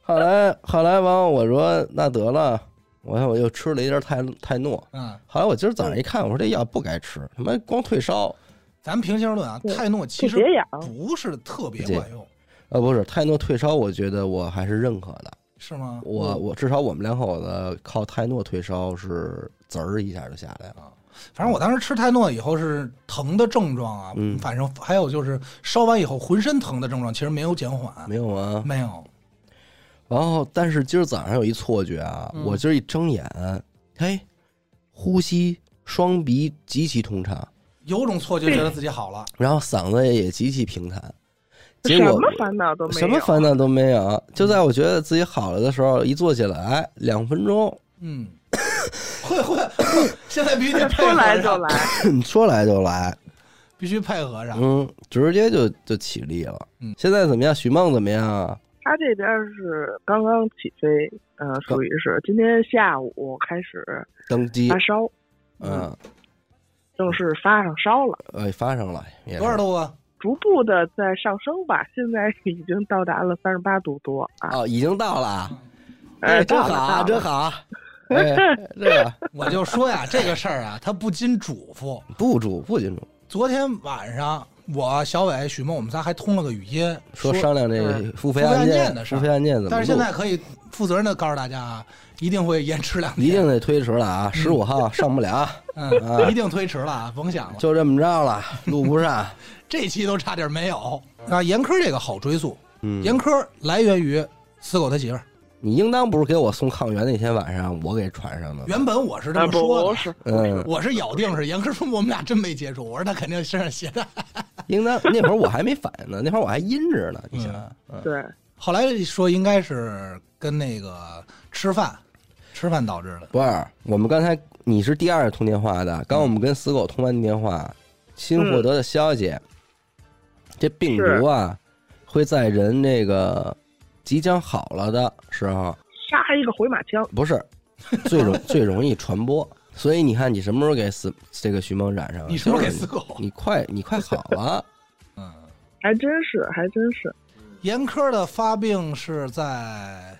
A: 后来后来完了，我说那得了，我看我又吃了一点泰泰诺。
B: 嗯，
A: 后来我今儿早上一看，我说这药不该吃，他妈光退烧。
B: 咱们平心而论啊，
E: 对
B: 泰诺其实
E: 就别养
B: 不是特别管用，
A: 呃，不是泰诺退烧，我觉得我还是认可的。
B: 是吗？
A: 我我至少我们两口子靠泰诺退烧是滋儿一下就下来了。
B: 啊反正我当时吃泰诺以后是疼的症状啊，
A: 嗯
B: 反正还有就是烧完以后浑身疼的症状，其实没有减缓，
A: 没有啊。
B: 没有，
A: 然后，但是今儿早上有一错觉啊，
B: 嗯
A: 我今儿一睁眼，嘿，呼吸、双鼻极其通畅，
B: 有种错觉觉得自己好了，
A: 然后嗓子也极其平坦，结
E: 什
A: 果
E: 么烦恼都没有，啊
A: 什么烦恼都没有。就在我觉得自己好了的时候，一坐起来两分钟， [LAUGHS]
B: 嗯，会会会，现在必须得配
E: 说来
B: 合
E: 就
A: [LAUGHS] 嗯
B: 上，
E: 来，
A: 说来就来，
B: 必须配合上，
A: 嗯，直接就就起立了。
B: 嗯
A: 现在怎么样？许梦怎么样啊？
E: 他这边是刚刚起飞，呃，属于是今天下午开始
A: 登机
E: 发，烧，
A: 嗯，
E: 正式发上烧了，
A: 哎，发生了，也是
B: 多少度啊？
E: 逐步的在上升吧，现在已经到达了三十八度多啊，
A: 哦，已经到了啊，
E: 哎，
A: 真
E: 到
A: 好
E: 了
A: 啊，
E: 到
A: 真
E: 了，
A: 好啊，哎，这个
B: 我就说呀，这个事儿啊，他不禁嘱咐。
A: 不住不进住，
B: 昨天晚上，我小伟、许梦，我们仨还通了个语音，
A: 说商量这付费
B: 付费
A: 案
B: 案
A: 件
B: 件的事
A: 付
B: 儿
A: 费案件怎么录？
B: 但是现在可以负责任的告诉大家啊，一定会延迟两天，
A: 一定得推迟了啊，十五号上不了，啊
B: 嗯，一定推迟了啊，甭想了。
A: 就这么着了，录不上。 [LAUGHS]
B: 这期都差点没有啊！严苛这个好追溯，
A: 嗯，
B: 严苛来源于死狗他媳妇儿。
A: 你应当不是给我送抗原那天晚上我给传上
B: [LAUGHS]
A: 的，
B: 原本我是这
E: 啊
B: 么说
E: 不
B: 的，
E: 是，
A: 嗯，
B: 我是咬定是严苛说我们俩真没接触，我说他肯定身上携带。
A: 应当那会儿我还没反应呢，那会儿我还阴着呢，你想，
B: 嗯
E: 对，
B: [LAUGHS] 后来说应该是跟那个吃饭，吃饭导致的。
A: 不是，我们刚才你是第二通电话的，刚我们跟死狗通完电话，新获得的消
B: 嗯
A: 息，这病毒啊会在人这个即将好了的时候，
E: 杀一个回马枪，
A: 不是最容最容易传播，所以你看你什么时候给死这个徐梦染上了？
B: 啊你说给
A: 就是
B: 死狗，
A: 你快你快好了，
B: 嗯，
E: 还真是还真是，
A: 嗯
B: 严苛的发病是在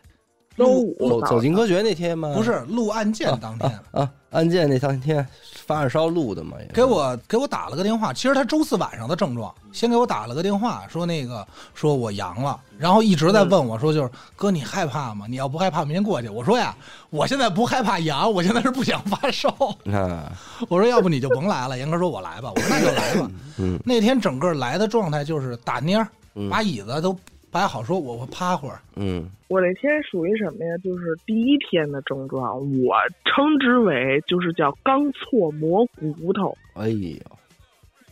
E: 周五
A: 走
E: 早
A: 走进
E: 上
A: 科学那天吗？
B: 不是录案件当天。
A: 啊，案件那当天发着烧录的嘛，也是
B: 给我给我打了个电话，其实他周四晚上的症状，先给我打了个电话，说那个说我阳了，然后一直在问我说就是哥你害怕吗？你要不害怕，明天过去。我说呀，我现在不害怕阳，我现在是不想发烧。
A: 啊，
B: 我说要不你就甭来了。严哥说我来吧，我说那就来吧。
A: 嗯
B: 那天整个来的状态就是打蔫儿，
A: 嗯
B: 把椅子都摆好，说我我趴会儿。
A: 嗯
E: 我那天属于什么呀？就是第一天的症状，我称之为就是叫刚错磨骨头。
A: 哎呦，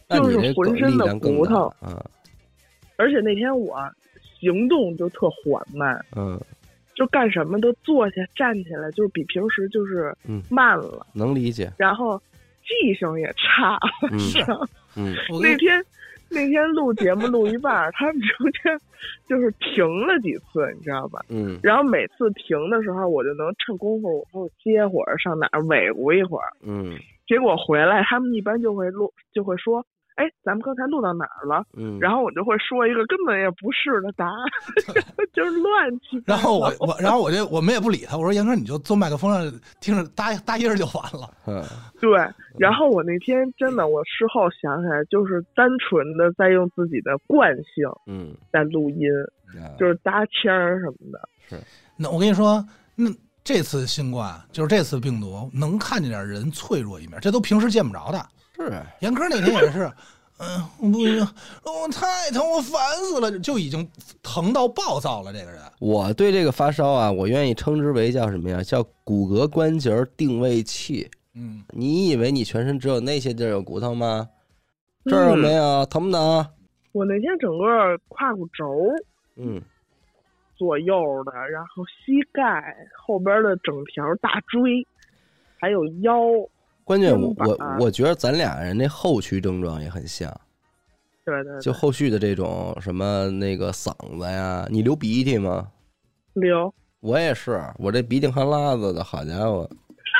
A: 那
E: 就是
A: 你这
E: 浑
A: 更
E: 身
A: 力
E: 的
A: 量更
E: 骨
A: 大
E: 头，
A: 嗯
E: 而且那天我行动就特缓慢，
A: 嗯，
E: 就干什么都坐下站起来，就是比平时就是
A: 嗯
E: 慢了，
A: 能理
E: [LAUGHS]
A: 解，
E: 然后记性也差。
A: 嗯
B: 是
E: 啊
A: 嗯
B: 我跟
E: 那
B: 你
E: 天那天录节目录一半儿，他们中间就是停了几次，你知道吧？
A: 嗯
E: 然后每次停的时候，我就能趁功夫我说歇会儿，上哪儿尾咕一会儿。
A: 嗯
E: 结果回来，他们一般就会录，就会说：“哎，咱们刚才录到哪儿了？”
A: 嗯，
E: 然后我就会说一个根本也不是的答案， [LAUGHS] 就是乱七八
B: 然
E: 糟。
B: 后我我然后我就我们也不理他，我说严哥你就坐麦克风上听着搭搭音儿就完了。
A: 嗯
E: 对，然后我那天真的，我事后想起来，就是单纯的在用自己的惯性
A: 嗯，
E: 在录音，
B: 嗯
A: 啊
E: 就是搭腔儿什么的。
B: 那我跟你说，那这次新冠就是这次病毒，能看见点人脆弱一面，这都平时见不着的。
A: 是啊
B: 严科那天也是，嗯，我不行，我、太疼，我烦死了，就已经疼到暴躁了。这个人，
A: 我对这个发烧啊，我愿意称之为叫什么呀？叫骨骼关节儿定位器。
B: 嗯，
A: 你以为你全身只有那些地儿有骨头吗？这
E: 嗯
A: 儿有没有？疼不疼？
E: 我那天整个胯骨轴儿
A: 嗯
E: 左右的，然后膝盖后边的整条大椎，还有腰，
A: 关键我
E: 肩膀
B: 啊
A: 我我觉得咱俩人那后驱症状也很像，
E: 对对对，
A: 就后续的这种什么那个嗓子呀，你流鼻涕吗？
E: 流。
A: 我也是，我这鼻涕哈喇子的，好家伙，
E: [LAUGHS]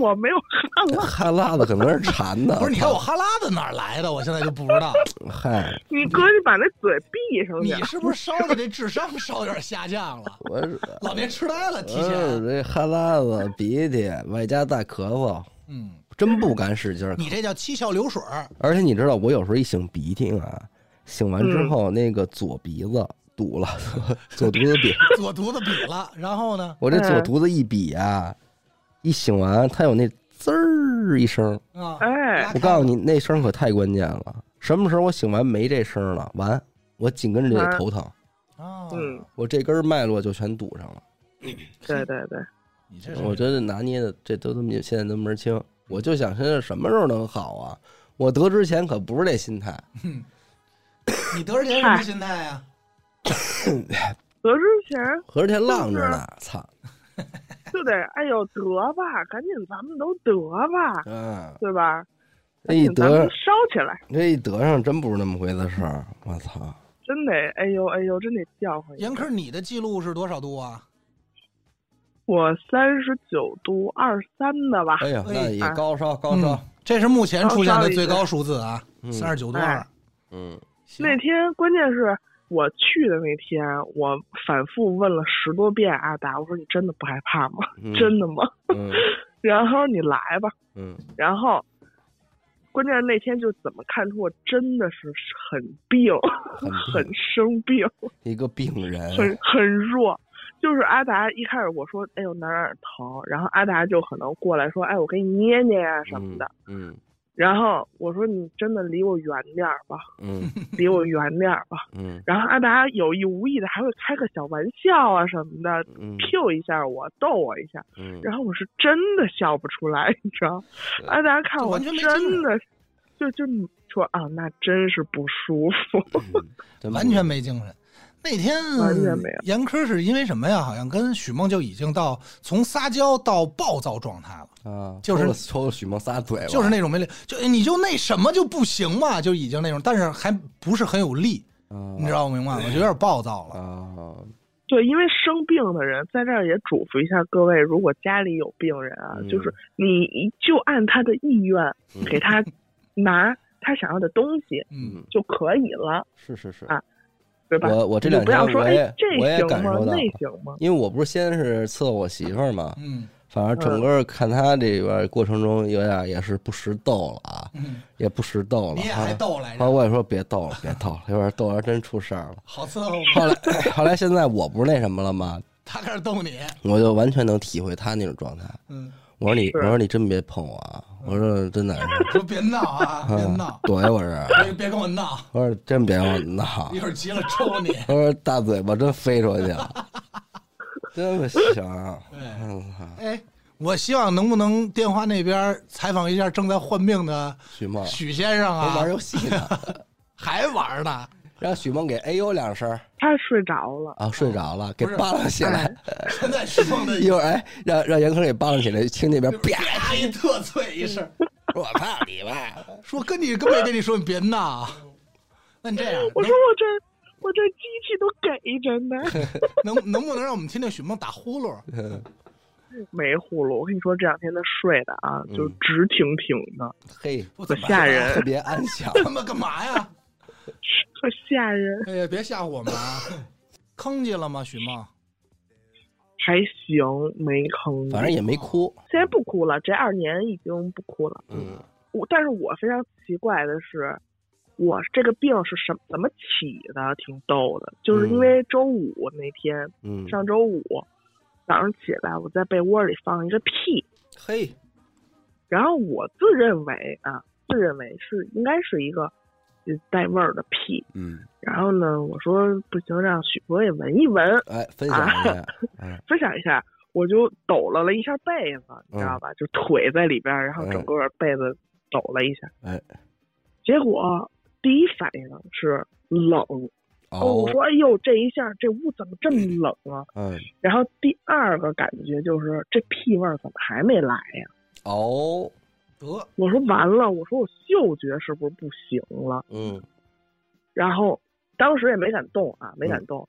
E: 我没有看过，
A: 哈喇子可能是馋的。
B: [LAUGHS] 不是，你看我哈喇子哪儿来的？我现在就不知
A: [LAUGHS]
B: 道，
A: 我操，嗨，
E: 你哥你把那嘴闭上
B: 你
E: 点儿。
B: 是不是烧的这智商稍有点下降了？
A: 我是
B: 老年痴呆 [LAUGHS] 了，提
A: 我是
B: 前。啊
A: 嗯这哈喇子、鼻涕，外加大咳嗽，
B: 嗯，
A: 真不敢使劲儿咳。
B: 你这叫七窍流水儿。
A: 而且你知道，我有时候一擤鼻涕啊，擤完
B: 嗯
A: 之后那个左鼻子堵了， [LAUGHS] 左犊子瘪，
B: 左犊子瘪了，然后呢？
A: 我这左犊子一瘪啊，一擤完它有那滋儿一声。
B: 啊，
E: 哎，
A: 我告诉你，那声可太关键了。什么时候我醒完没这声了，完我紧跟着就得头疼，
B: 你啊，
E: 嗯，
A: 我这根脉络就全堵上了。
E: 对对对，
B: 你这是
A: 我觉得拿捏的这都这么现在都门儿清。我就想现在什么时候能好啊？我得之前可不是这心态，
B: 你得着钱什么心态啊呀？
E: 得之前
A: 合着天浪着呢，操！
E: 就得哎呦得吧，赶紧咱们都得吧，
A: 嗯，
E: 对吧？
A: 这一
E: 哎咱们
A: 哎得
E: 烧起来，
A: 这一得上真不是那么回事儿，我操！
E: 真得哎呦哎呦，真得叫唤一
B: 严
E: 下。
B: 科，你的记录是多少度啊？
E: 我三十九度二三的吧，
A: 哎呀，
B: 哎
A: 那也高烧高烧
B: 嗯，这是目前出现的最高数字啊，
A: 嗯
B: 三十九度二。
A: 嗯，
B: 行
E: 那天关键是我去的那天，我反复问了十多遍阿达，我说你真的不害怕吗？
A: 嗯
E: 真的吗？ [LAUGHS]
A: 嗯
E: 然后你来吧，
A: 嗯
E: 然后。关键是那天就怎么看出我真的是很病， [LAUGHS]
A: 很嗯
E: 很生病，
A: 一个病
E: 很
A: 人，
E: 很弱。就是阿达一开始我说，哎呦哪儿哪儿疼，然后阿达就可能过来说，哎我给你捏捏呀、什么的。
A: 嗯
E: 然后我说你真的离我远点儿吧，
A: 嗯
E: 离我远点儿吧。
A: 嗯
E: 然后阿达有意无意的还会开个小玩笑啊什么的
A: 嗯
E: ，Q 一下我，逗我一下。
A: 嗯，
E: [LAUGHS] 然后我是真的笑不出来，你知道？阿达看
B: 就
E: 我
B: 完全没劲儿
E: 真的，就就说啊，那真是不舒服。 [LAUGHS]
A: 真
B: 完全没精神。那天
E: 完全没有
B: 严科是因为什么呀？好像跟许梦就已经到从撒娇到暴躁状态了，
A: 不啊，
B: 就是
A: 抽了抽了许梦仨嘴巴，
B: 就是那种没力，就你就那什么就不行嘛，就已经那种，但是还不是很有力，
A: 啊
B: 你知道我明白吗？就有点暴躁了。
A: 啊，
E: 对，因为生病的人在这儿也嘱咐一下各位，如果家里有病人啊，
A: 嗯
E: 就是你一就按他的意愿
A: 嗯
E: 给他 [LAUGHS] 拿他想要的东西
B: 嗯，
E: 就可以了，
A: 是是是，
E: 啊对吧？
A: 我我这两
E: 你不
A: 天
E: 要说
A: 我也
E: 哎这
A: 我也
E: 行
A: 感
E: 吗
A: 受？到
E: 那
A: 了，
E: 行吗？
A: 因为我不是先是伺候我媳妇儿嘛，
B: 嗯
A: 反正整个看她这边过程中有点也是不识逗了啊，
B: 嗯，
A: 也不识逗了
B: 你也
A: 啊
B: 还逗来
A: 后来
B: 着，
A: 我也说别逗了，别逗
B: [LAUGHS]
A: 了，有点逗还真出事儿了。
B: 好伺候吗。
A: 后来， [COUGHS] 后来现在我不是那什么了吗？
B: 他开始逗你，
A: 我就完全能体会他那种状态。
B: 嗯，
A: 我说你，
E: 是
A: 我说你真别碰我啊！我说真的，
B: 说别闹啊，别
A: 啊
B: 闹，，
A: 躲开我这儿。啊
B: 别别跟我闹，
A: 我说真别让我闹
B: 一，会儿急了抽
A: [LAUGHS]
B: 你。
A: 我说大嘴巴真飞出去了，真不行。
B: 对，
A: 我操，
B: 哎，我希望能不能电话那边采访一下正在患病的
A: 许梦
B: 许先生
A: 还
B: 啊，
A: 玩游戏呢，
B: 还玩呢，
A: 让许梦给哎呦两声儿
E: 他睡着了，
A: 啊，睡着了，给
B: 嗯不是哎
A: 扒拉起来。
B: 现在是梦的
A: 一会儿哎，让让严科给扒拉起来，听那边啪，
B: 啪一特脆一声，
A: 我操你妈！
B: [LAUGHS] 说跟你跟没跟你说你别闹。那你这样，
E: 我说我这我这机器都给着呢，
B: 能能能不能让我们听听许梦打呼噜？
A: 嗯
E: 没呼噜。我跟你说，这两天他睡的啊，就
A: 嗯
E: 直挺挺的，
A: 嘿，
B: 我怎么
E: 吓
B: [LAUGHS]
E: 人
A: 特别安详。
B: 他妈干嘛呀？
E: 可吓人。
B: 哎呀，别吓唬我们啊！坑去了吗，许梦？
E: 还行，没坑。
A: 反正也没哭。
E: 现在不哭了，这二年已经不哭了。
A: 嗯
E: 我但是我非常奇怪的是，我这个病是什怎么起的？挺逗的，就是因为周五那天，
A: 嗯，
E: 上周五早上起来，我在被窝里放一个屁，
A: 嘿，
E: 然后我自认为啊，自认为是应该是一个呃带味儿的屁。
A: 嗯，
E: 然后呢，我说不行，让许博也闻一闻，
A: 哎，分享一
E: 啊
A: 下，
E: [LAUGHS]
A: 嗯
E: 分享一下，我就抖了了一下被子，你知
A: 嗯
E: 道吧？就腿在里边儿，然后整个被子抖了一下。
A: 哎，
E: 结果第一反应是冷，
A: 哦
E: 我，说哎呦，这一下这屋怎么这么冷啊？
A: 嗯，
E: 然后第二个感觉就是这屁味儿怎么还没来呀、
A: 哦，
B: 得，
E: 我说完了，我说我嗅觉是不是不行了？
A: 嗯
E: 然后当时也没敢动啊，没敢动。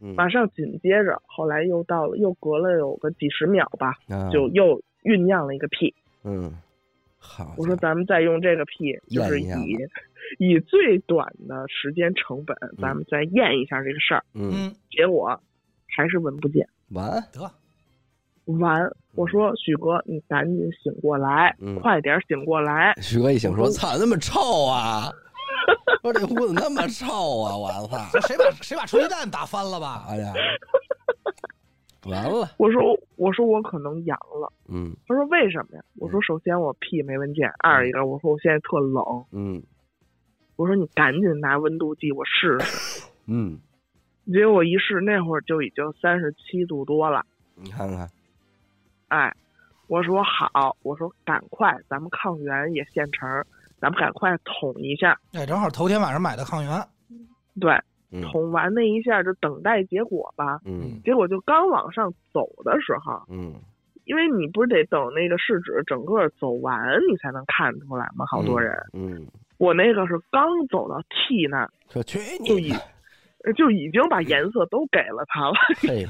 A: 嗯，
E: 马上紧接着，后来又到了，又隔了有个几十秒吧，
A: 啊
E: 就又酝酿了一个屁。
A: 嗯，好，
E: 我说咱们再用这个屁，就
A: 验
E: 是
A: 一下
E: 以以最短的时间成本，咱们再验一下这个事儿。
A: 嗯，
B: 嗯，
E: 结果还是闻不见，
A: 完，
B: 得，
E: 完，我说许哥，你赶紧醒过来，
A: 嗯
E: 快点醒过来。
A: 徐哥一醒说：“操，那么臭啊！说这屋子那么臭啊！我操！
B: 谁把谁把锤蛋打翻了吧？
A: 哎呀，完了，
E: 我说我说我可能阳了。
A: 嗯
E: 他说为什么呀？我说首先我屁没闻见，二一个我说我现在特冷，
A: 嗯
E: 我说你赶紧拿温度计我试试。
A: 嗯，
E: 结果我一试，那会儿就已经三十七度多了。
A: 你看看，
E: 哎，我说好，我说赶快，咱们抗原也现成儿，咱们赶快捅一下。
B: 哎，正好头天晚上买的抗原，
E: 对，
A: 嗯
E: 捅完那一下就等待结果吧。
A: 嗯
E: 结果就刚往上走的时候，
A: 嗯，
E: 因为你不是得等那个试纸整个走完你才能看出来吗？好多人，
A: 嗯，
E: 我那个是刚走到 T 那儿，
A: 说去
E: 就
A: 你
E: 已
A: 的，
E: 呃就已经把颜色都给了他了。 [LAUGHS]
A: 嘿，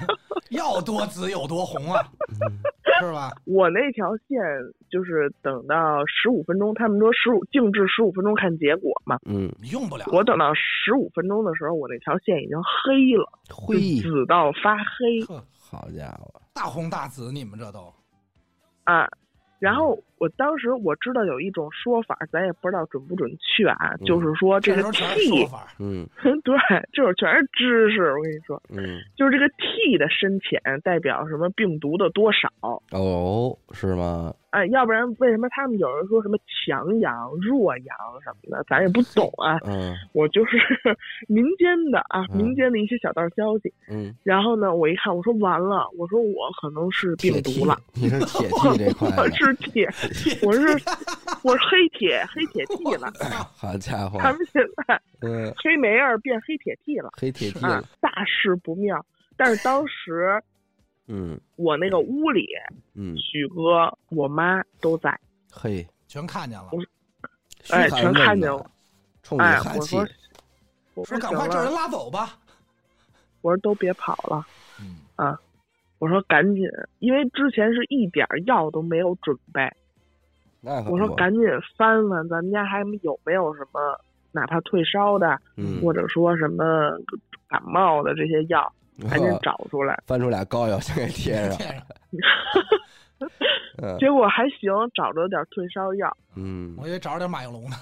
B: 要多紫有多红啊，
A: 嗯
B: 是吧？
E: 我那条线就是等到十五分钟，他们说十五静置十五分钟看结果嘛。
A: 嗯，
B: 你用不了。
E: 我等到十五分钟的时候，我那条线已经黑了，就
A: 嘿，
E: 紫到发黑
B: 呵，
A: 好家伙，
B: 大红大紫，你们这都
E: 啊。然后我当时我知道有一种说法，咱也不知道准不准确啊，
A: 嗯
E: 就是说这
B: 这
E: 个
B: 时候全是
E: T，
B: 说法，
A: 嗯
E: [LAUGHS] 对，这会儿全是知识。我跟你说，
A: 嗯，
E: 就是这个 T 的深浅代表什么病毒的多少，
A: 哦，是吗？
E: 哎，要不然为什么他们有人说什么强阳、弱阳什么的，咱也不懂啊。
A: 嗯
E: [LAUGHS] 我就是民间的啊，
A: 嗯
E: 民间的一些小道消息。
A: 嗯，
E: 然后呢，我一看，我说完了，我说我可能是病
A: 铁
E: 毒
A: 梯
E: 了，，
A: 你是铁 T 这块
E: [LAUGHS] 我
A: 的，
E: 是铁，我是我是黑铁黑铁
A: [LAUGHS]
E: T 了。
A: 哎好家伙，
E: 他们现在
A: 嗯，
E: 黑莓儿变黑铁 T 了
A: 黑铁 T
E: 啊
A: 了，，
E: 大事不妙。但是当时
A: 嗯
E: 我那个屋里，
A: 嗯，
E: 许哥、我妈都在，
A: 嘿，
B: 全看见了。
A: 嘘
E: 哎，
A: 寒
E: 全
A: 问
E: 看见
A: 暖
E: 我。
A: 冲你
E: 哎
A: 哈，
E: 我
A: 气，
E: 说我
B: 说
E: 说
B: 赶
E: 行
B: 快
E: 了
B: 叫人拉走吧。
E: 我说都别跑了，
B: 嗯，
E: 我说赶紧，因为之前是一点儿药都没有准备，
A: 那可
E: 我说
A: 不
E: 赶紧翻翻咱们家还有没有什么，哪怕退烧的，
A: 嗯
E: 或者说什么感冒的这些药，赶紧
A: 呵
E: 找出来。
A: 啊
E: [LAUGHS]
A: 翻出俩膏药先给贴上，
B: 这样
A: 嗯
E: 结果还行，找着点退烧药，
A: 嗯
B: 我以为找着点马应龙呢。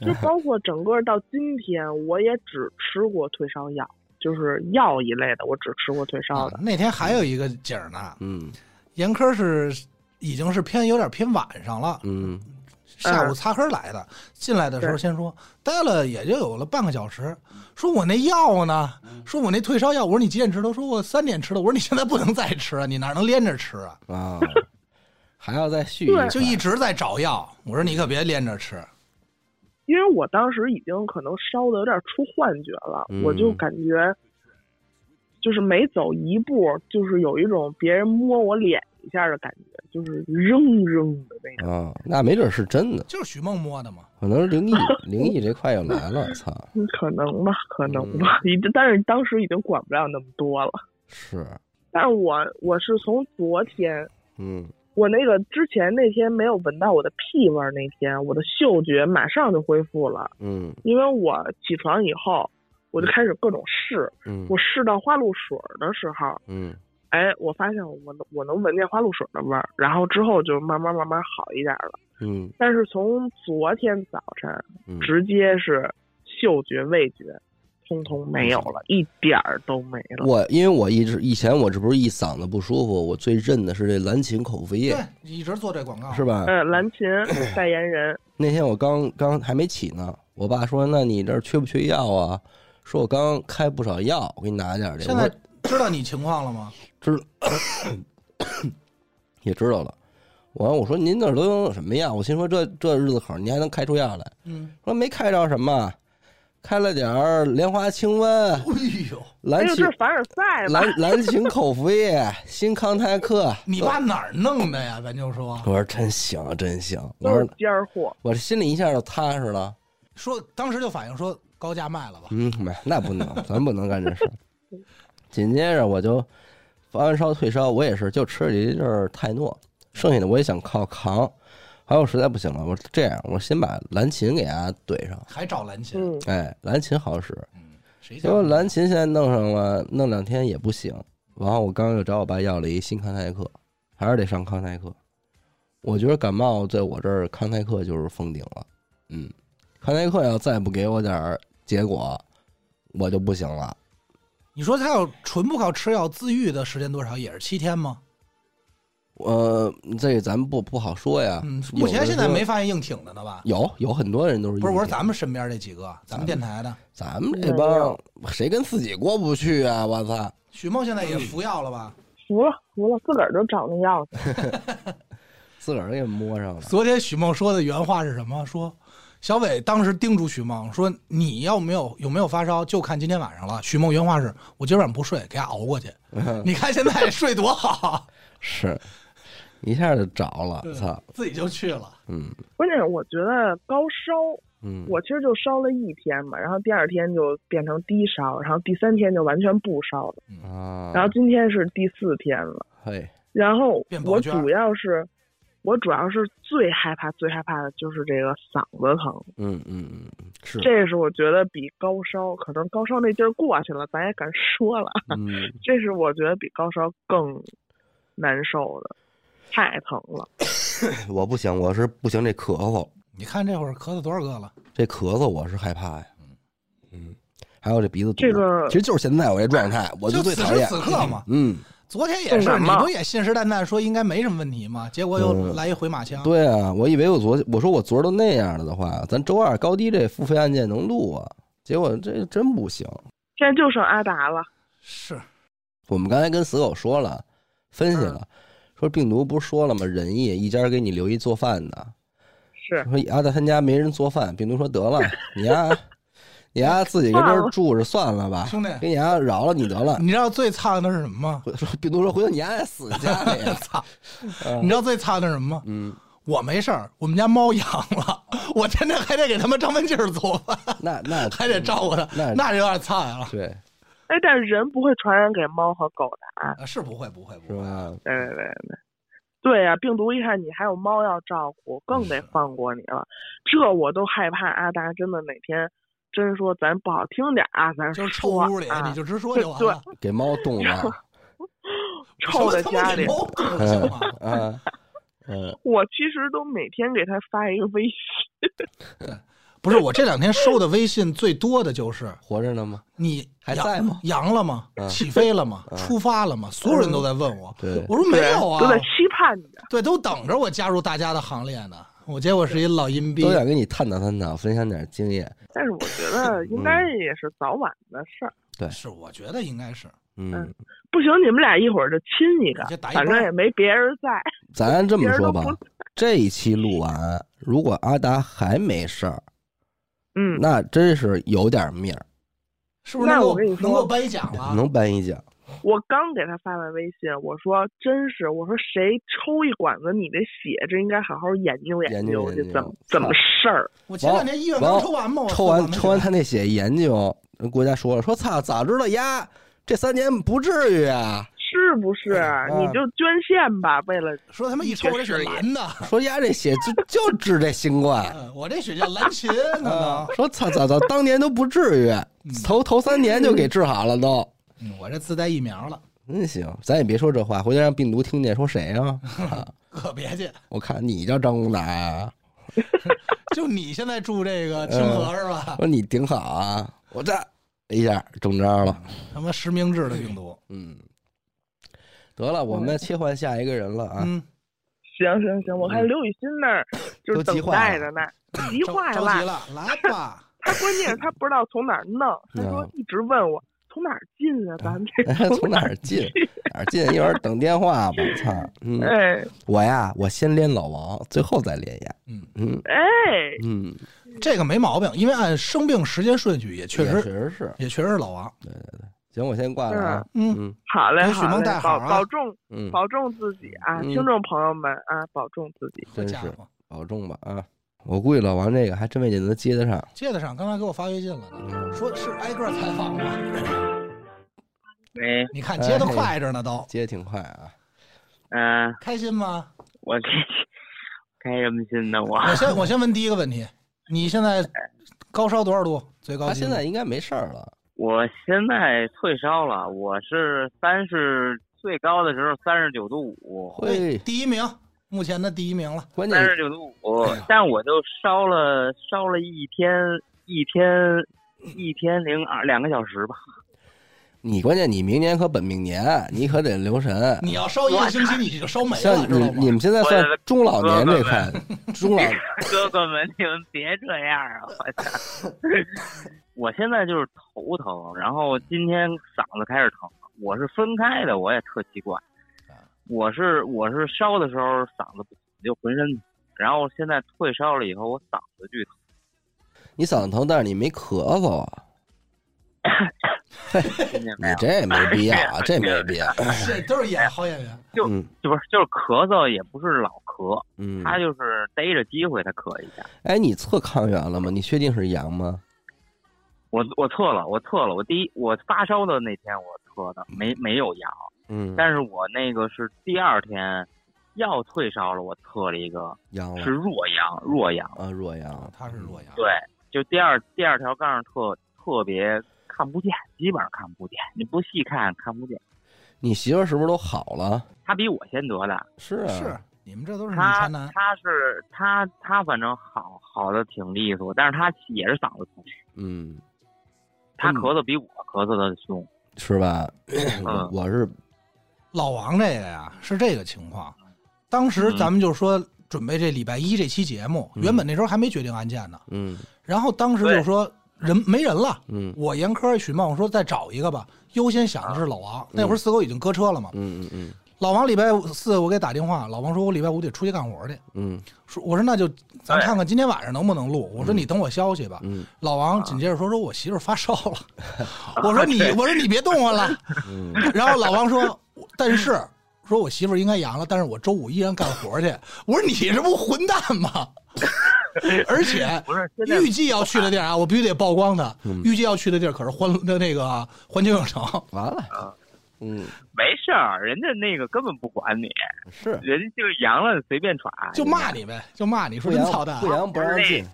E: 就包括整个到今天，我也只吃过退烧药，就是药一类的，我只吃过退烧的。
B: 那天还有一个景儿呢，
A: 嗯
B: 严科是已经是偏有点偏晚上了，
A: 嗯
B: 下午擦黑来的。进来的时候
E: 对
B: 先说待了也就有了半个小时，说我那药呢？
E: 嗯
B: 说我那退烧药，我说你几点吃的？说我三点吃的。我说你现在不能再吃啊，你哪能连着吃啊？
A: 啊，还要再续
E: 对
A: 一
B: 就
A: 块
B: 一直在找药。我说你可别连着吃，
E: 因为我当时已经可能烧的有点出幻觉了，
A: 嗯
E: 我就感觉就是每走一步，就是有一种别人摸我脸一下的感觉，就是扔扔的那种。
A: 啊，那没准是真的，
B: 就是许梦摸的嘛。
A: 可能是
E: [LAUGHS]
A: 灵异灵异这块又来了，操，
E: 嗯可能吧，可能吧，
A: 嗯
E: 已经，但是当时已经管不了那么多了。
A: 是，
E: 但是我我是从昨天，
A: 嗯
E: 我那个之前那天没有闻到我的屁味儿，那天我的嗅觉马上就恢复了，
A: 嗯
E: 因为我起床以后我就开始各种试，
A: 嗯
E: 我试到花露水儿的时候，
A: 嗯
E: 哎，我发现我能我能闻见花露水的味儿，然后之后就慢慢慢慢好一点了。
A: 嗯
E: 但是从昨天早晨，
A: 嗯，
E: 直接是嗅觉、味觉，通通没有了，一点儿都没了。
A: 我因为我一直以前我这不是一嗓子不舒服，我最认的是这蓝芩口服液
B: 对，，一直做这广告
A: 是吧？
E: 嗯，蓝
A: [CLEARS THROAT]
E: 琴代言人，
A: 那天我刚刚还没起呢，我爸说：“那你这儿缺不缺药啊？”说：“我刚开不少药，我给你拿点儿去。”
B: 现
A: 我
B: 在
A: 说
B: 知道你情况了吗？
A: 知 [COUGHS] 也知道了。我我说您那儿都有什么药？我心说这这日子口儿您还能开出药来？
B: 嗯，
A: 说没开着什么，开了点儿莲花清瘟、
B: 哎呦，
E: 哎
A: 蓝
E: 呦，
A: 芩
E: 这、凡尔赛吧？
A: 蓝
E: [LAUGHS]
A: 蓝芩口服液、新康泰克。
B: 你爸哪儿弄的呀？咱就说
A: 我说真行，真行！我
E: 都是
A: 说
E: 尖儿货，
A: 我这心里一下就踏实了。
B: 说，当时就反映说高价卖了吧。
A: 嗯，没，那不能，咱不能干这事儿。紧接着我就发完烧退烧，我也是就吃了一阵儿泰诺，剩下的我也想靠扛。还有实在不行了，我说这样，我先把蓝琴给它怼上。
B: 还找蓝琴，
E: 嗯，
A: 哎，蓝琴好使，
B: 嗯，谁
A: 结
B: 叫
A: 果蓝琴现在弄上了，弄两天也不行。然后我刚刚又找我爸要了一新康泰克，还是得上康泰克。我觉得感冒在我这儿康泰克就是封顶了。嗯，康泰克要再不给我点儿结果，我就不行了。
B: 你说他要纯不靠吃药自愈的时间多少？也是七天吗？
A: 呃，这咱们不不好说呀。
B: 嗯，
A: 有
B: 目
A: 的
B: 前现在
A: 说
B: 没发现硬挺的呢吧？
A: 有有很多人都是
B: 不是，我说
A: 硬
B: 咱们身边这几个，咱们电台的
A: 咱们这帮谁跟自己过不去啊？我操！
B: 许梦现在也服药了吧？
E: 服了服了，自个儿就找那钥匙。
A: 自个儿给摸上了，
B: 昨天许梦说的原话是什么？说小伟当时叮嘱许梦说：“你要没有有没有发烧，就看今天晚上了。”许梦原话是：“我今晚上不睡，给他熬过
A: [LAUGHS]
B: 去。”你看现在睡多好，
A: 是一下就着了，操！
B: 自己就去了。
A: 嗯
E: 关键是我觉得高烧，
A: 嗯，
E: 我其实就烧了一天嘛，然后第二天就变成低烧，然后第三天就完全不烧了，
A: 啊，
E: 然后今天是第四天了。
A: 嘿，
E: 然后
B: 变薄
E: 我
B: 卷儿
E: 主要是，我主要是最害怕、最害怕的就是这个嗓子疼，
A: 嗯嗯嗯，是，
E: 这是我觉得比高烧，可能高烧那劲儿过去了，咱也敢说了，
B: [LAUGHS]
A: 嗯，
E: [LAUGHS] 这是我觉得比高烧更难受的，太疼了。
A: 我不行，我是不行，这咳嗽，
B: 你看这会儿咳嗽多少个了？
A: 这咳嗽我是害怕呀，嗯，还有这鼻子堵，
E: 这个
A: 其实就是现在我这状态，我
B: 就
A: 最
B: 此
A: 讨
B: 时
A: 厌，
B: 此刻嘛。
A: 嗯，
B: 昨天也是，
E: 重感
B: 你
E: 冒
B: 不也信誓旦旦说应该没什么问题吗？结果又
A: 嗯
B: 来一回马枪。
A: 对啊，我以为我昨我说我昨儿都那样了的话，咱周二高低这付费案件能录啊，结果这真不行。
E: 现在就剩阿达了，
B: 是，
A: 我们刚才跟死狗说了，分析了，
E: 嗯
A: 说病毒不是说了吗？仁义一家给你留一做饭的，
E: 是
A: 说阿达他家没人做饭，病毒说得
E: [LAUGHS]
A: 了，你呀、你呀、自己跟这儿住着算了
E: [LAUGHS]
A: 吧，
B: 兄弟
A: 给你丫、饶了你得了。
B: 你知道最操的是什么吗？
A: 回说病毒说回头你丫、死家里，啊
B: 操！ [LAUGHS] 你知道最操的是什么吗？
A: [LAUGHS] 嗯，
B: 我没事儿，我们家猫阳了， [LAUGHS] 我天天还得给他们张文静儿做饭，
A: 那
E: [LAUGHS]
A: 那
B: [LAUGHS] 还得照顾它，
A: 那
B: 那就有点操呀了。
A: 对
E: 哎，但是人不会传染给猫和狗的啊。
B: 啊，是不会，不会，不
A: 是
B: 会。
A: 吧？
E: 对对对对，对呀、病毒一看你还有猫要照顾，更
B: 嗯
E: 得放过你了。这我都害怕阿达真的哪天真说咱不好听点儿啊，咱
B: 就是臭
E: 说
B: 屋里，
E: 啊
B: 你就直说就完了。
A: 给猫冻
E: [LAUGHS]
A: 了，
E: 臭在
B: 什么他妈
E: 家
B: 给
E: 里。
B: 猫不行
A: [LAUGHS]
B: 吗？
A: 啊，嗯，
E: 我其实都每天给他发一个微信，
B: 不是，我这两天收的微信最多
A: [LAUGHS]
B: 的就是
A: 活着呢吗？
B: 你
A: 还
B: 阳
A: 在吗？
B: [LAUGHS] 阳了吗？
A: 嗯
B: 起飞了
A: [LAUGHS]
B: 吗？出发了吗？所有人都在问我，
A: 对
B: 我说没有啊
E: 都，在期盼着。
B: 对，都等着我加入大家的行列呢。我结果是一老阴逼
A: 都，想跟你探讨探讨，分享点经验。
E: 但是我觉得
B: 嗯
E: 应该也是早晚的事儿。
B: 是我觉得应该是
A: 嗯
E: 嗯，不行，你们俩一会儿就亲一个
B: 你就打，一
E: 反
B: 包
E: 正也没别人在。
A: 咱这么说吧
E: 别人都，
A: 这一期录完，如果阿达还没事儿，
E: 嗯，
A: 那真是有点命儿，
B: 是不是能
E: 那
B: 够
E: 我跟你说
B: 能够颁奖了？
A: 能颁一奖。
E: 我刚给他发完微信，我说真是，我说谁抽一管子你的血，这应该好好研究
A: 研究
E: 究
A: 研
E: 这
A: 究
E: 怎么怎么事儿。
B: 我前两天医院刚抽完嘛，我
A: 抽
B: 四
A: 完
B: 管子
A: 抽完
B: 血
A: 他那血研究，人国家说了，说操，早知道呀，这三年不至于啊。
E: 是不是？啊
A: 嗯
E: 你就捐献吧，为了
B: 说他妈一抽我这血蓝的，
E: [LAUGHS]
A: 说呀，这血就就治这新冠，
B: 嗯我这血叫蓝琴，
A: [LAUGHS]
B: 可能
A: 说操操操，当年都不至
E: 嗯
A: 于，头头三年就给治好了都。
B: 嗯我这自带疫苗了，
A: 真行，咱也别说这话，回头让病毒听见，说谁呀、啊？
B: 可别介。
A: 我看你叫张公达啊，
B: 就你现在住这
A: 嗯
B: 个清河是吧？
A: 说你挺好啊，我这一下中招了。
B: 他妈实名制的病毒，
A: 嗯，得了，我们切换下一个人了啊。
B: 嗯，
E: 行行行，我看刘雨欣
A: [LAUGHS]
E: 那儿就是
A: 嗯都急
E: 等
A: 坏
E: 待
A: 了
E: 着呢，
A: [LAUGHS]
E: 急
B: 着
E: 坏
B: 着急了，来吧，
E: 他关键是他不知道从哪儿
A: [LAUGHS]
E: 弄，他说
A: 嗯
E: 一直问我从哪儿进啊，咱
A: [LAUGHS]
E: 们这
A: 从哪儿进？哪儿进？一会儿等电话吧。操，嗯，
E: [LAUGHS] 哎
A: 我呀，我先连老王，最后再连雅。
B: 嗯
A: 嗯
E: 哎，
A: 嗯，
B: 这个没毛病，因为按生病时间顺序也确
A: 也确
B: 实
A: 实是。
B: 也确实是老王，
A: 行，我先挂了啊。
B: 嗯，
A: 嗯
E: 好嘞
B: 给许
E: 好
B: 梦
E: 嘞
B: 带，好
E: 保
B: 啊
E: 保重
A: 嗯，
E: 保重自己啊，
A: 嗯
E: 听众朋友们啊，保重自己。
B: 这
A: 真
B: 家
A: 是
B: 伙
A: 保重吧啊！我估计老王这个还真未见能接得上。
B: 接得上，刚才给我发微信了
A: 嗯
B: 呢，说是挨个采访吗？ [LAUGHS]
G: 喂，
B: 你
A: 哎
B: 看接的快着呢都，
A: 接得挺快啊。
G: 嗯、
B: 开心吗？
G: 我 [LAUGHS] 这开什么心呢？我
B: 我先我先问第一个问题，你现在高烧多少度？最高
A: 他
B: 纪录？
A: 现在应嗯该没事儿了。
G: 我现在退烧了，我是三十最高的时候三十九度五，
B: 对
A: 会，
B: 第一名，目前的第一名了，
A: 关键
G: 三十九度五，
B: 哎
G: 但我就烧了烧了一天一天一天零二两个小时吧。
A: 你关键你明年和本命年你可得留神。
B: 你要烧一个星期，你就烧没
A: 像
B: 了，知
A: 你
B: 道
A: 你
B: 吗？
A: 们现在算中老年这块，中老
G: [LAUGHS] 哥哥们，你们别这样啊！我操！我现在就是头疼，然后今天嗓子开始疼。我是分开的，我也特奇怪。我是我是烧的时候嗓子不疼，就浑身疼，然后现在退烧了以后，我嗓子巨疼。
A: 你嗓子疼，但是你没咳嗽啊，
G: 听见
A: 你
G: 没有？哎
A: 这没必要
G: [LAUGHS]
A: 啊，这没必要。
B: 这 [LAUGHS] 都是演好演员，
A: 嗯
G: 就不是就是咳嗽，也不是老咳，
A: 嗯，
G: 他就是逮着机会他咳一下。
A: 哎，你测抗原了吗？你确定是阳吗？
G: 我我测了，我测了，我第一我发烧的那天我测的没没有阳。
A: 嗯，
G: 但是我那个是第二天要退烧了，我测了一个
A: 阳
G: 是
A: 了
G: 弱阳，弱阳，
A: 啊，弱阳。
B: 哦他是洛阳。
G: 对，就第二第二条杠上特特别看不见，基本上看不见，你不细看看不见。
A: 你媳妇儿是不是都好了？
G: 他比我先得的，
A: 是啊，
B: 是嗯你们这都是女
G: 他
B: 强男，
G: 他是他他反正好好的挺利索，但是他也是嗓子疼，
A: 嗯，
G: 他咳嗽比我咳嗽的凶。
A: 是吧？
G: 嗯 [LAUGHS]
A: 我我是
B: 老王这个呀是这个情况。当时咱们就说准备这礼拜一这期节目，
A: 嗯
B: 原本那时候还没决定案件呢，
A: 嗯
B: 然后当时就说人没人了。
A: 嗯
B: 我严科许梦说再找一个吧，优先想的是老王。那会儿四狗已经搁车了嘛，
A: 嗯嗯嗯
B: 老王礼拜四我给打电话，老王说我礼拜五得出去干活去，
A: 嗯
B: 说我说那就咱看看今天晚上能不能录，我说你等我消息吧。
A: 嗯
B: 老王紧接着说说我媳妇儿发烧
G: [LAUGHS]
B: 了，我说你我说你别动我了，
A: 嗯，
B: 然后老王说，但是说我媳妇儿应该阳了，但是我周五依然干活去。我说你这不混蛋吗？ [LAUGHS] 而且
G: [LAUGHS] 不是，现在
B: 预计要去的地儿啊，我必须得曝光他
A: 嗯。
B: 预计要去的地儿可是欢那那个环球影城，
G: 哎
A: 完
G: 啊
A: 了，嗯
G: 没事儿，人家那个根本不管你，
A: 是
G: 人家就是阳了随便传，
B: 就骂你呗，就骂你
A: 不
B: 说真
A: 阳
B: 操蛋啊
A: 不。阳不让
G: [LAUGHS]
A: 进，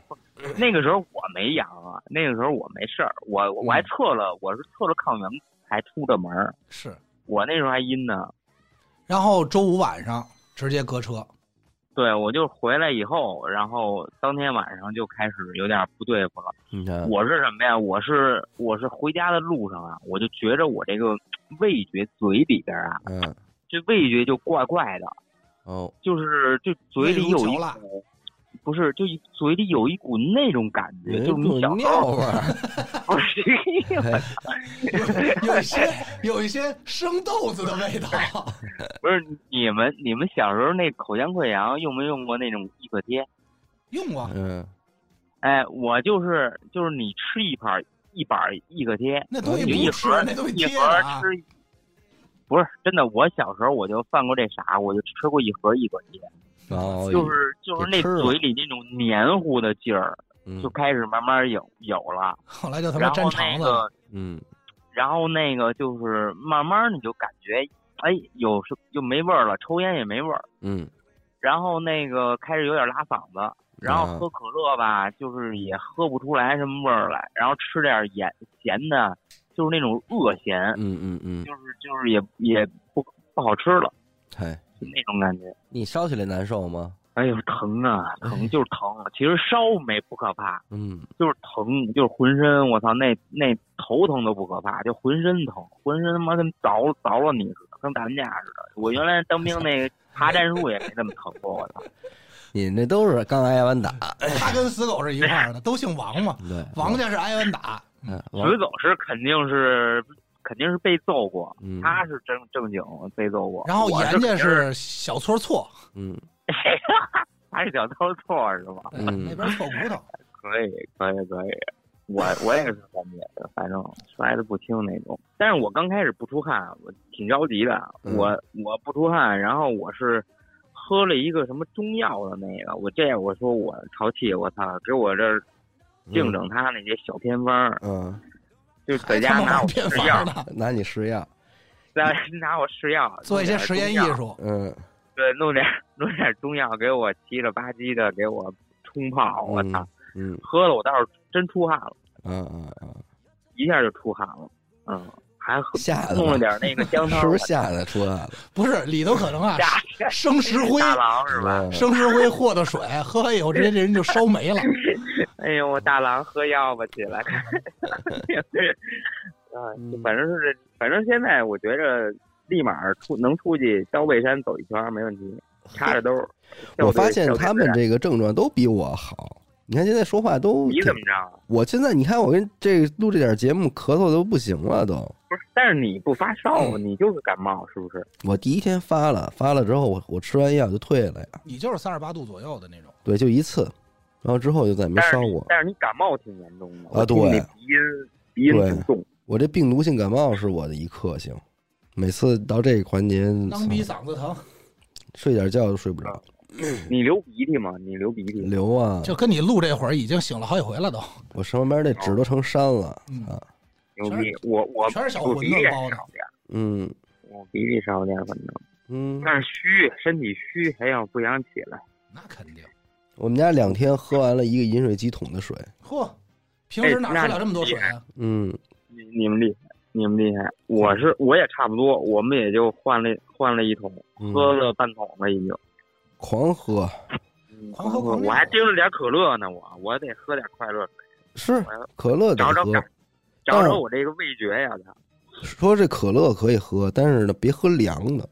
G: 那个时候我没阳啊，那个时候我没事儿，我
A: 嗯
G: 我还测了，我是测了抗原才出的门儿，
B: 是，
G: 我那时候还阴呢。
B: 然后周五晚上直接搁车， [LAUGHS]
G: 对，我就回来以后，然后当天晚上就开始有点不对付了。
A: 你看
G: 我是什么呀？我是我是回家的路上啊，我就觉着我这个味觉嘴里边啊，
A: 嗯
G: 这味觉就怪怪的，
A: 哦
G: 就是就嘴里有
B: 味如
G: 一
B: 嚼蜡
G: 股，不是，就一嘴里有一股那种感觉，
A: 人
G: 就是你哦
A: 不
G: 小时
A: 尿
G: 候
A: 味
G: [LAUGHS]
A: 儿，
G: 不是 [LAUGHS]
B: 有一些有一些生豆子的味道。 [LAUGHS]
G: 不是你们，你们小时候那口腔溃疡用没用过那种益可贴？
B: 用过，
A: 嗯，
G: 哎，我就是就是你吃一盘儿一板儿益可贴，
B: 那东西
A: 哎
G: 就
A: 呦
G: 一
B: 不吃
G: 盒，儿
B: 那东西
G: 一
B: 贴
G: 盒
B: 的
G: 儿
B: 啊。
G: 吃一。不是真的，我小时候我就犯过这傻，我就吃过一盒益可贴，
A: 然后
G: 就是就是
A: 哎给
G: 那
A: 吃了
G: 嘴里那种黏糊的劲儿
A: 嗯
G: 就开始慢慢有有了，
B: 后来就他妈
G: 然
B: 粘
G: 后
B: 肠
G: 那
B: 子
G: 个
B: 了，
A: 嗯
G: 然后那个就是慢慢你就感觉，哎，有时就没味儿了，抽烟也没味儿，
A: 嗯，
G: 然后那个开始有点拉嗓子，然
A: 啊嗯
G: 后喝可乐吧，就是也喝不出来什么味儿来，然后吃点盐咸的，就是那种恶咸，
A: 嗯嗯嗯，
G: 就是就是也也不不好吃了，
A: 嗨，
G: 就那种感觉。
A: 你烧起来难受吗？
G: 哎呦，疼啊，疼就是疼。其实烧没不可怕，
A: 嗯
G: 就是疼，就是浑身，我操，那那头疼都不可怕，就浑身疼，浑身他妈跟凿凿了你似的，跟打完架似的。我原来当兵那个爬战术也没这么疼过，我操。
A: 你那都是刚挨完打，
B: 他跟死狗是一块儿的，都姓王
G: [LAUGHS]
B: 嘛。
A: 对，
B: 王家是挨完打，
A: 嗯
G: 死走是肯定是肯定是被揍过，
A: 嗯
G: 他是正正经被揍过。
B: 然后
G: 我
B: 严家
G: 肯定
B: 是
G: 是
B: 小撮错，
A: 嗯
G: 他是小偷错是吧？
B: 对
A: 嗯
B: 那边错骨头。
G: 可以，可以，可以。我我也是三面的，反正摔的不轻那种。但是我刚开始不出汗，我挺着急的。
A: 嗯
G: 我我不出汗，然后我是喝了一个什么中药的那个，我这样我说我淘气，我操，给我这儿净整他那些小偏方儿，
A: 嗯，
G: 就
B: 嗯
G: 在
B: 还
G: [LAUGHS] 家
B: 他妈
G: 拿我
B: 偏
G: 试
B: 方
G: 药，
B: 呢，
A: 拿你试药，
G: 拿拿我试药，
B: 做一些实验艺
G: 弄点中药，
B: 术。
A: 嗯
G: 对，弄点弄点中药给我七了吧唧的给我冲泡，哦我操，
A: 嗯
G: 喝了我倒是真出汗了。
A: 嗯嗯嗯，
G: 一下就出汗了，嗯，还喝
A: 吓得
G: 弄
A: 吧
G: 了点那个
B: [LAUGHS]
G: 姜汤，
A: 是不是吓得出来了？
B: 不是里头可能啊，
G: 吓
B: 生石灰，
G: 大郎是吧？
A: 嗯
B: 生石灰和的水，喝完以后直接这人就烧
G: [LAUGHS]
B: 没了。
G: 哎呦，我大郎喝药吧起来， [LAUGHS] 啊
A: [LAUGHS] 嗯，
G: 就反正是，反正现在我觉着立马出能出去到蔚山走一圈儿没问题，插着兜儿。
A: [LAUGHS] 我
G: 校队
A: 发现他们，
G: 校队
A: 这个症状都比我好。你看现在说话都
G: 你
A: 挺
G: 怎么着？啊
A: 我现在你看我跟这录这点节目咳嗽都不行了都。
G: 不是，但是你不发
A: 嗯
G: 烧，你就是感冒，是不是？
A: 我第一天发了，发了之后我我吃完药就退了呀，
B: 你就是三十八度左右的那种。
A: 对，就一次，然后之后就再也没
G: 但是
A: 烧
G: 你
A: 过。
G: 但是你感冒挺严重的
A: 啊
G: 我听你
A: 对
G: 鼻音鼻音
A: 对
G: 挺重，
A: 我这病毒性感冒是我的一克星，每次到这个环节，
B: 当逼嗓子疼，
A: 睡点觉都睡不着，
G: 你流鼻涕吗？你流鼻涕？
A: 流啊！
B: 就跟你录这会儿已经醒了好几回了都，
A: 我上班那纸都成山了
B: 嗯
A: 啊！
G: 牛逼！我我
B: 全是小
G: 我
B: 馄
G: 鼻
B: 饨
G: 涕
B: 包的
G: 少点儿，
A: 嗯
G: 我鼻涕少点儿，反正
A: 嗯，
G: 但是虚，身体虚，还想不想起来？
B: 那肯定。
A: 我们家两天喝完了一个饮水机桶的水，
B: 嚯，平
G: 哎
B: 时哪喝了这么多水啊？
A: 嗯
G: 你你们厉害，你们厉害。我是我也差不多，我们也就换了换了一桶，
A: 嗯，
G: 喝了半桶了已经。嗯
A: 狂喝
B: 狂喝狂
G: 我
B: 尿
G: 还盯着点可乐呢，我我得喝点快乐，
A: 是可乐得
G: 哎找找
A: 喝，
G: 感，找
A: 哦
G: 找我这个味觉呀！
A: 说这可乐可以喝，但是呢别喝凉的，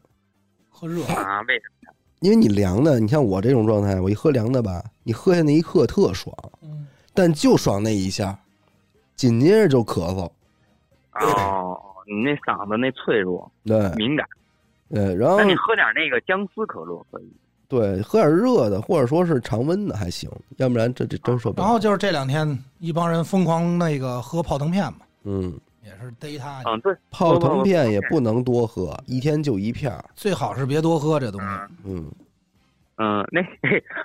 B: 喝热，
G: [LAUGHS] 啊，为什么？
A: 因为你凉的，你像我这种状态，我一喝凉的吧，你喝下那一刻特爽，
B: 嗯，
A: 但就爽那一下，紧接着就咳嗽，
G: 哦，你那嗓子那脆弱
A: 对
G: 敏感，
A: 对，然后
G: 那你喝点那个姜丝可乐可以。
A: 对喝点热的或者说是常温的还行，要不然这这真受不
B: 然
A: 了。
B: 后就是这两天一帮人疯狂那个喝泡腾片嘛，
A: 嗯，
B: 也是逮他去，
G: 嗯，对，
A: 泡
G: 不不
A: 腾
G: 不
A: 片也不能多喝，一天就一片儿。
B: 最好是别多喝这东西。
G: 嗯
A: 嗯，
G: 嗯，那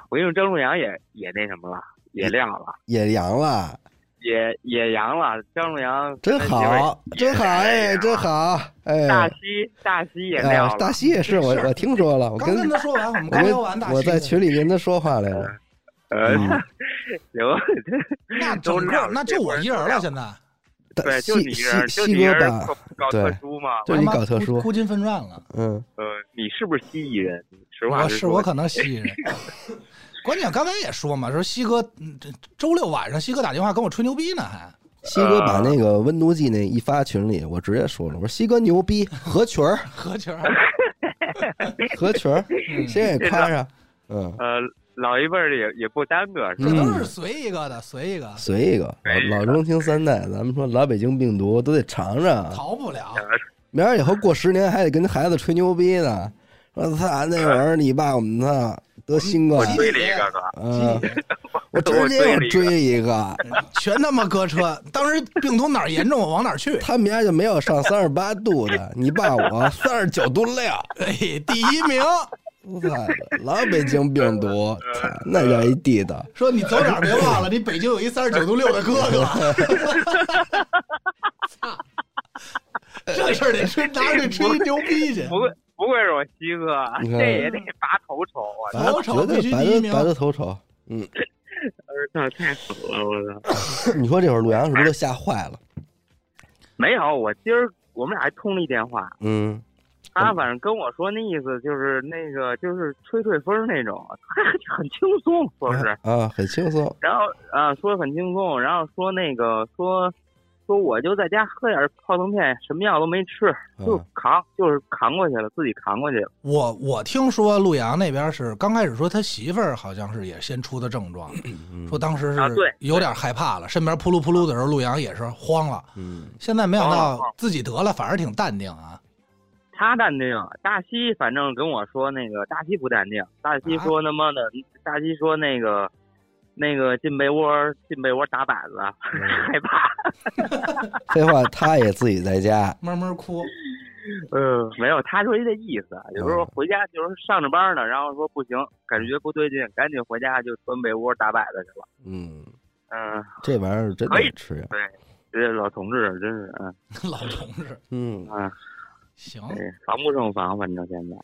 G: 我跟你说，张仲阳也也那什么了，也亮了。
A: 也阳了，
G: 也也阳了，张仲阳
A: 真好，真好，哎，真好，哎，
G: 大西大西也亮
A: 哎
G: 了，
A: 大西也是我
B: 是
A: 我听说了，我
B: 刚
A: 跟
B: 跟他说
A: [LAUGHS]
B: 完，我们
A: 我
B: 刚
A: 跟
B: 聊完大西
A: 我在群里跟他说话来着，
G: 呃， [LAUGHS]
A: 嗯
G: 行，
B: 那整
G: 都
B: 个
G: 亮了
B: 那就我一人了，现在
G: 啊
A: 大
G: 对，就
A: 西
G: 你一人，
A: 西
G: 就
A: 西
G: 你一
A: 哥
G: 人
A: 吧，
G: 搞搞
A: 对
G: 特殊嘛，
A: 就
B: 我
A: 你
B: 他妈
A: 搞特殊
B: 孤孤军奋战了。
A: 嗯
G: 呃，你是不是蜥蜴人？实话
B: 我
G: 实
B: 是
G: 说，
B: 我可能西人， [LAUGHS] 关键刚才也说嘛，说西哥嗯这周六晚上西哥打电话跟我吹牛逼呢，还，
A: 西哥把那个温度计那一发群里，我直接说了，我说西哥牛逼，合群儿，
B: 合群
G: [LAUGHS]
B: 儿。
A: 合群儿，
B: [LAUGHS] 嗯
A: 谁也夸上，嗯，
G: 呃，老一辈儿的也也不耽搁，是
B: 这
G: 吧？
B: 都是随一个的，随一个，
A: 随一个，
B: 哎
A: 老老中青三代，咱们说老北京病毒都得尝尝，啊
B: 逃不了。
A: 明儿以后过十年还得跟孩子吹牛逼呢，说
B: [LAUGHS]
A: 他那会儿你爸我们操得新冠，
G: 追了一个哥，
A: 嗯，我直接就追一个，
B: 嗯全他妈搁车！当时病毒哪儿严重，我往哪儿去？ [LAUGHS]
A: 他们家就没有上三十八度的，你爸我三十九度六，
B: 哎，第一名，
A: 我操，老北京病
B: [LAUGHS]
A: 毒，操那叫一地道。
B: 说你走哪儿别忘了，你北京有一三十九度六的哥哥。操这事儿得吹，拿着这吹牛逼去。
G: 不愧 [LAUGHS] 不愧是我西哥，
A: 你看
G: 这也得拔头筹，啊我操，
A: 白绝
B: 头筹必
A: 对
B: 须
A: 白
B: 第一
A: 的
B: 名
A: 白的头筹。嗯，
G: [LAUGHS] 那太狠了，我操！
A: [COUGHS] 你说这会儿陆阳是不是都吓坏了？
G: 没有，我今儿我们俩还通了一电话，
A: 嗯，
G: 他反正跟我说那意思就是那个就是吹吹风那种， [LAUGHS] 很轻松，说是。
A: 啊，很轻松。
G: 然后啊，说很轻松，然后说那个说说我就在家喝点泡腾片，什么药都没吃，就
A: 嗯
G: 扛，就是扛过去了，自己扛过去了。
B: 我我听说陆阳那边是刚开始说他媳妇儿好像是也先出的症状，
A: 嗯
B: 说当时
G: 啊对
B: 是有点害怕了，身边扑噜扑噜的时候，陆阳也是慌了。
A: 嗯，
B: 现在没想
G: 慌了慌
B: 到
G: 了
B: 自己得了，反而挺淡定啊。
G: 他淡定，大西反正跟我说那个大西不淡定，大
B: 啊
G: 西说他妈的，大西说那个那个进被窝进被窝打摆子， [LAUGHS] 害怕。
A: 废话，他也自己在家。
B: 慢慢哭， [LAUGHS]
G: 嗯，没有，他说一这意思，有时候
A: 嗯
G: 回家就是上着班呢，然后说不行，感觉不对劲，赶紧回家就蹲被窝打摆子去了。
A: 嗯，
G: 嗯，
A: 这玩意儿真
G: 可以
A: 得吃呀。
G: 这老同志真是，嗯
B: 老同志，
A: 嗯，
G: 嗯，
B: 行，
G: 对防不胜防，反正现在。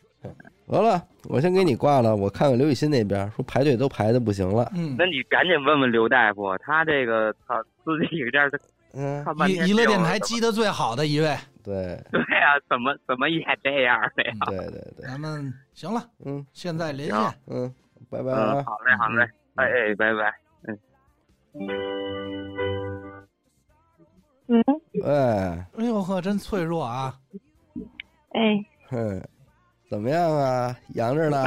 A: 得了，我先给你挂了。我看看刘雨欣那边，说排队都排的不行了。
B: 嗯
G: 那，你赶紧问问刘大夫，他这个他自己这儿
A: 嗯，
G: 看半天
B: 娱娱乐电台
G: 怎么
B: 积得最好的一位，
A: 对，
G: 对呀、怎么怎么也这样的呀？
A: 对对对，
B: 咱们行了，
A: 嗯
B: 现在连
G: 行
B: 线。
A: 嗯，拜拜
G: 嗯，
A: 啊。
G: 好嘞，好嘞，哎哎，拜拜。
E: 嗯，
A: 哎，
B: 哎呦呵，真脆弱啊！
E: 哎
A: 哼，怎么样啊？扬着呢，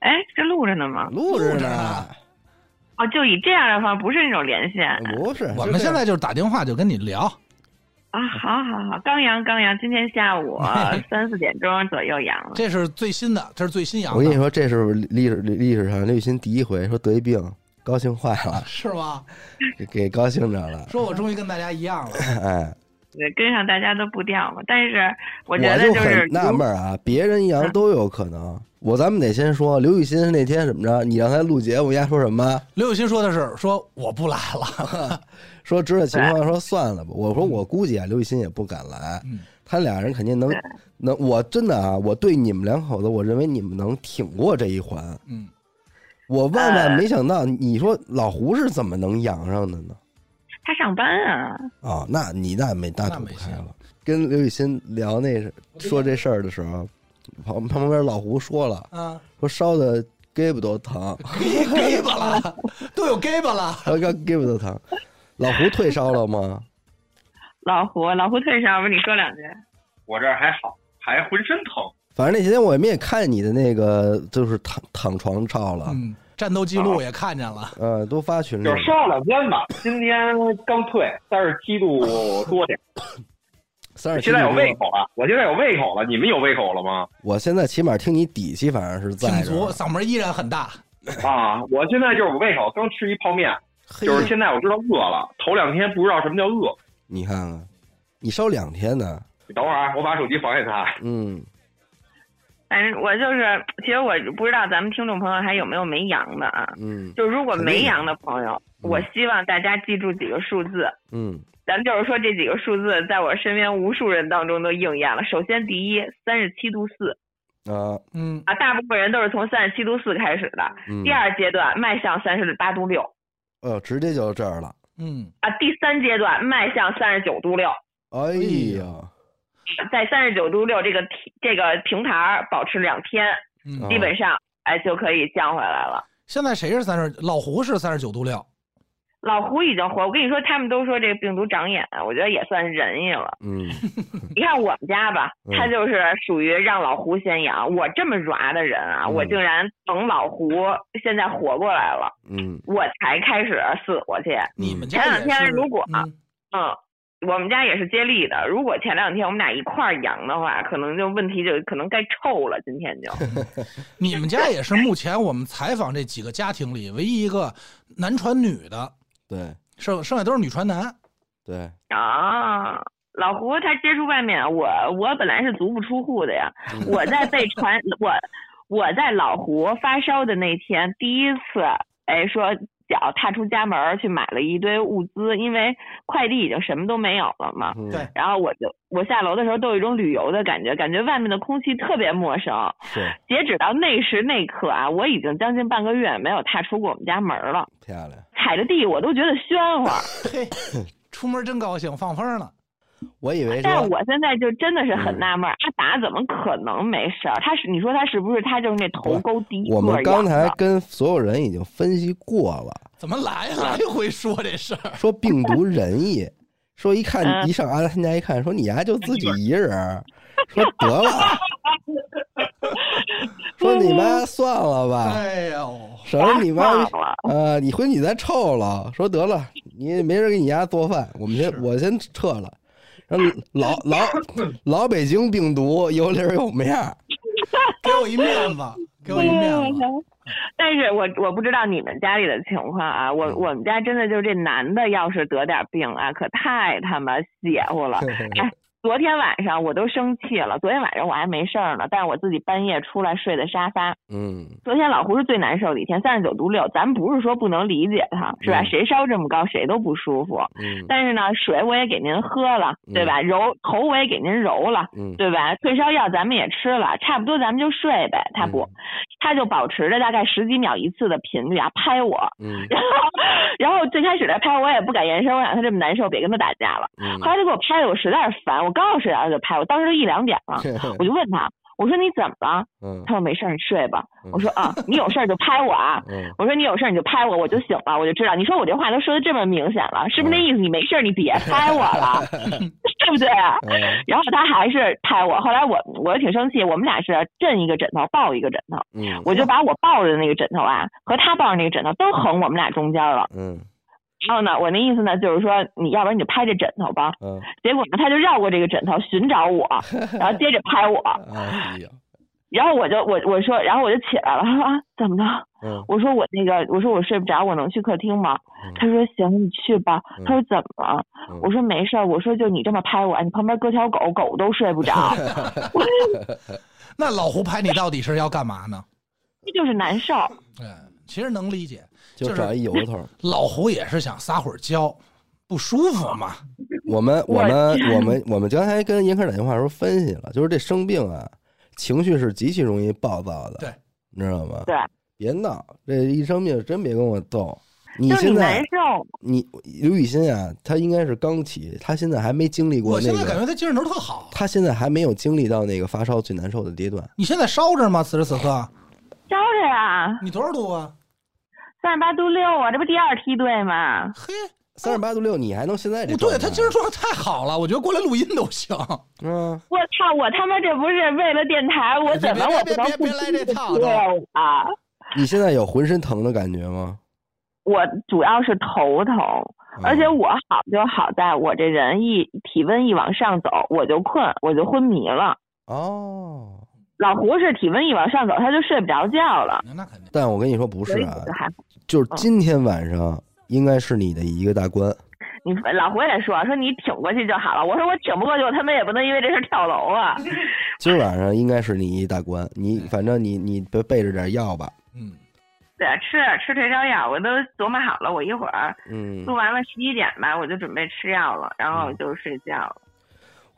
E: 哎，这录着呢吗？
A: 录着
B: 录着
A: 呢
B: 呢，
E: 哦，就以这样的方，不是那种连线
A: 不是？
B: 我
A: 哎就
B: 们
A: 这
B: 现在就是打电话就跟你聊，
E: 啊。好好好，刚阳刚阳，今天下午啊
A: [LAUGHS]
E: 三四点钟左右阳了。
B: 这是最新的，这是最新阳
A: 我跟你
B: 的，
A: 说，这是历史历史上刘雨欣第一回说得一病，高兴坏了，
B: 是吗？
A: 给给高兴着了。
B: 说我终于跟大家一样了，
A: 哎，
E: 跟上大家的步调嘛。但是我
A: 我
E: 觉得是嗯
A: 很纳闷儿啊，别人阳都有可能，我咱们得先说刘雨欣那天怎么着？你让他录节目，人家说什么？
B: 刘雨欣说的是，说我不来了，
A: 说知道情况，说算了吧。我说我估计啊，刘雨欣也不敢来
B: 嗯，
A: 他俩人肯定能能。我真的啊，我对你们两口子，我认为你们能挺过这一环。
B: 嗯，
A: 我万万
E: 嗯
A: 没想到，你说老胡是怎么能养上的呢？
E: 他上班啊，
A: 哦，那你那没那
B: 那
A: 躲不
B: 没
A: 开
B: 戏
A: 了。跟刘雨欣聊那事说这事儿的时候，旁旁边老胡说了，
B: 啊，
A: 说烧的胳膊都 [LAUGHS] 疼，
B: 给给巴了，都有给巴了，
A: 他刚胳膊都疼。老胡退烧了吗？
E: 老胡老胡退烧吧，你说两句。
H: 我这儿还好，还浑身疼。
A: 反正那天我们也看你的那个，就是躺躺床照了，
B: 嗯，战斗记录也看见了，
A: 呃，都发群里
C: 就
A: 了
C: 是。烧两天吧，今天刚退，三十七度多点，
A: 三十七
C: 现在有
A: 度
C: 胃
A: 多，
C: 口了，我现在有胃口了，你们有胃口了吗？
A: 我现在起码听你底气，反正是
B: 挺
A: 在这
B: 足，
A: 儿。
B: 嗓门依然很大，
C: 啊，我现在就是有胃口，刚吃一泡面，
A: 嘿
C: 就是现在我知道饿了，头两天不知道什么叫饿。
A: 你看看，你烧两天呢，
C: 你等会儿啊，我把手机还给他。
A: 嗯，
E: 反正我就是，其实我不知道咱们听众朋友还有没有没阳的啊。
A: 嗯
E: 就如果没阳的朋友，
A: 嗯
E: 我希望大家记住几个数字。
A: 嗯，
E: 咱们就是说这几个数字，在我身边无数人当中都应验了。首先，第一，三十七度四
A: 啊，
B: 嗯，
E: 啊，大部分人都是从三十七度四开始的。
A: 嗯
E: 第，二阶段迈向三十八度六
A: 呃，直接就这儿了。
B: 嗯，
E: 啊，第三阶段迈向三十九度六，
A: 哎呀
B: 呀，
E: 在三十九度六这个体这个平台儿保持两天，
A: 啊
B: 嗯
E: 基本上哎就可以降回来了。
B: 现在谁是三十？老胡是三十九度六，
E: 老胡已经活，我跟你说，他们都说这个病毒长眼，我觉得也算仁
A: [LAUGHS]
E: 义了。
A: 嗯，
E: 你看我们家吧，
A: 嗯
E: 他就是属于让老胡先养。我这么软的人啊，
A: 嗯
E: 我竟然等老胡现在活过来了，
A: 嗯，
E: 我才开始死过去。
B: 你们
E: 前
B: 家
E: 两
B: 也
E: 天
B: 是，
E: 如果
B: 嗯
E: 嗯，我们家也是接力的。如果前两天我们俩一块儿阳的话，可能就问题就可能该臭了。今天就
B: 你们家也是目前我们采访这几个家庭里唯一一个男传女的，
A: 对
B: 剩剩下都是女传男。
A: 对，
E: 啊，老胡他接触外面，我我本来是足不出户的呀。我在被传， [LAUGHS] 我我在老胡发烧的那天，第一次哎说脚踏出家门儿去买了一堆物资，因为快递已经什么都没有了嘛。
A: 嗯
B: 对
E: 然后我就我下楼的时候都有一种旅游的感觉，感觉外面的空气特别陌生。
A: 是
E: 截止到那时那刻啊，我已经将近半个月没有踏出过我们家门了，
A: 漂亮。
E: 踩着地我都觉得喧乎。
B: 嘿，出门真高兴，放风了。
A: 我以为
E: 但
A: 说嗯
E: 是我现在就真的是很纳闷儿，阿达怎么可能没事儿？他是你说他是不是他就是那头沟第一
A: 我
E: 个
A: 们刚
E: 养
A: 才
E: 的
A: 跟所有人已经分析过了，
E: [LAUGHS]
B: 怎么来来回说这事儿？
A: 说病毒仁
E: [LAUGHS]
A: 义，说一看
E: 嗯
A: 一上阿达他家一看，说你丫就自己一人
E: [LAUGHS]
A: 儿，说得了，说你妈算了吧，
B: 哎呦，
E: 嗯
A: 省着你妈
E: 忘了，
A: 呃，你回你再臭了，说得了，你也没人给你丫做饭，我们先
B: 是
A: 我先撤了。然后
E: [LAUGHS]
A: 老老老北京病毒有理儿有面
E: [LAUGHS]
A: 儿，
B: 给我一面子，给我一面子。
E: 但是我我不知道你们家里的情况啊，我
A: 嗯
E: 我们家真的就是这男的要是得点病啊，可太他妈邪乎了。哎昨天晚上我都生气了，昨天晚上我还没事儿呢，但是我自己半夜出来睡的沙发，
A: 嗯，
E: 昨天老胡是最难受的一天，三十九度六，咱不是说不能理解他，是吧？
A: 嗯
E: 谁烧这么高，谁都不舒服。
A: 嗯
E: 但是呢，水我也给您喝了，对吧？揉头我也给您揉了，
A: 嗯
E: 对吧？退烧药咱们也吃了，差不多咱们就睡呗。
A: 嗯
E: 他不，他就保持着大概十几秒一次的频率啊，拍我。
A: 嗯
E: 然后，然后最开始来拍我也不敢延伸，我想他这么难受，别跟他打架了。
A: 嗯 [LAUGHS]
E: [LAUGHS] 后来他给我拍的，我实在是烦，我刚要睡着他就拍我，当时都一两点了。我就问他，我说你怎么了？
A: 嗯
E: 他说没事儿，你睡吧
A: 嗯。
E: 我说啊，你有事儿就拍我啊。
A: 嗯，
E: 我说你有事儿你就拍我，我就醒了，我就知道。你说我这话都说的这么明显了，是不是那意思？你没事儿你别拍我了，对不对？
A: 嗯
E: 然后他还是拍我，后来我我挺生气，我们俩是震一个枕头抱一个枕头，
A: 嗯
E: 我就把我抱着的那个枕头啊和他抱着那个枕头都横我们俩中间了。
A: 嗯
E: 然后呢，我那意思呢就是说，你要不然你就拍这枕头吧。
A: 嗯
E: 结果呢，他就绕过这个枕头寻找我，然后接着拍我，
A: 哎呀，
E: 然后我就我我说，然后我就起来了， [LAUGHS] 他说啊怎么了？
A: 嗯
E: 我说我那个，我说我睡不着，我能去客厅吗
A: 嗯？
E: 他说行，你去吧。
A: 嗯
E: 他说怎么了？
A: 嗯
E: 我说没事儿，我说就你这么拍我，你旁边搁条狗，狗都睡
B: [LAUGHS]
E: 不着，
B: 那老胡拍你到底是要干嘛呢？
E: 这就是难受。
B: 嗯，其实能理解，
A: 就找一由头
E: [LAUGHS]
A: 儿。
B: 老胡也是想撒会儿娇，不舒服嘛。
A: 我们我
E: 我
A: 们我们我们刚才跟严科打电话的时候分析了，就是这生病啊，情绪是极其容易暴躁的，
B: 对，
A: 你知道吗？
E: 对，
A: 别闹，这一生病真别跟我斗。你
E: 就是
A: 现
E: 你难
A: 在
E: 受，
A: 你刘雨欣啊，她应该是刚起，她现在还没经历过
B: 我
A: 那
B: 现在感
A: 个，
B: 觉他精神头特好。
A: 她现在还没有经历到那个发烧最难受的阶段。
B: 你现在烧着吗？此时此刻
E: 招着呀，
B: 你多少度啊？
E: 三十八度六啊，这不第二梯队吗？
B: 嘿，
A: 三十八度六，你还能现在这
B: 不
A: 状
B: 哦对，
A: 态？
B: 他精神状态太好了，我觉得过来录音都行。
A: 嗯，
E: 我操！我他妈这不是为了电台，我怎么我
B: 哎别
E: 不
B: 别
E: 能
B: 别
E: 不
B: 别来这套
E: 对啊？
A: 你现在有浑身疼的感觉吗？嗯
E: 我主要是头疼，而且
A: 嗯
E: 我好就好在我这人一体温一往上走，我就困，我就昏迷了。
A: 哦，
E: 老胡是体温一往上走，他就睡不着觉了。
B: 那肯定，
A: 但我跟你说不是啊
E: 所以，还
A: 就是
E: 嗯
A: 今天晚上应该是你的一个大关。
E: 你老胡也说说你挺过去就好了。我说我挺不过去，我他妈也不能因为这事儿跳楼啊。
A: 今儿晚上应该是你一大关，你反正你你别备着点药吧。
B: 嗯，
E: 对，吃吃退烧药，我都琢磨好了，我一会儿
A: 嗯
E: 录，完了十一点吧，我就准备吃药了，然后就睡觉了。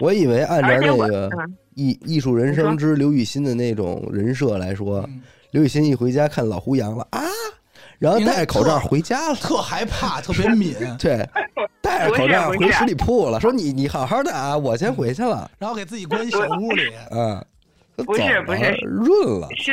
A: 我以为按照
E: 而且
A: 那
E: 我
A: 个
E: 嗯
A: 艺艺术人生
E: 你
A: 之刘雨欣的那种人设来说
B: 嗯，
A: 刘雨欣一回家看老胡杨了啊，然后
B: 应该
A: 戴着口罩
B: 特
A: 回家了。
B: 特害怕，特别敏，
E: [LAUGHS]
A: 对，戴着口罩
E: 不是不
A: 回
E: 是
A: 十里铺了，说你你好好的啊，我先回去了
B: 然后给自己关小屋里。
A: 啊。都
E: 不是
A: 走了
E: 不是
A: 润了
E: 是，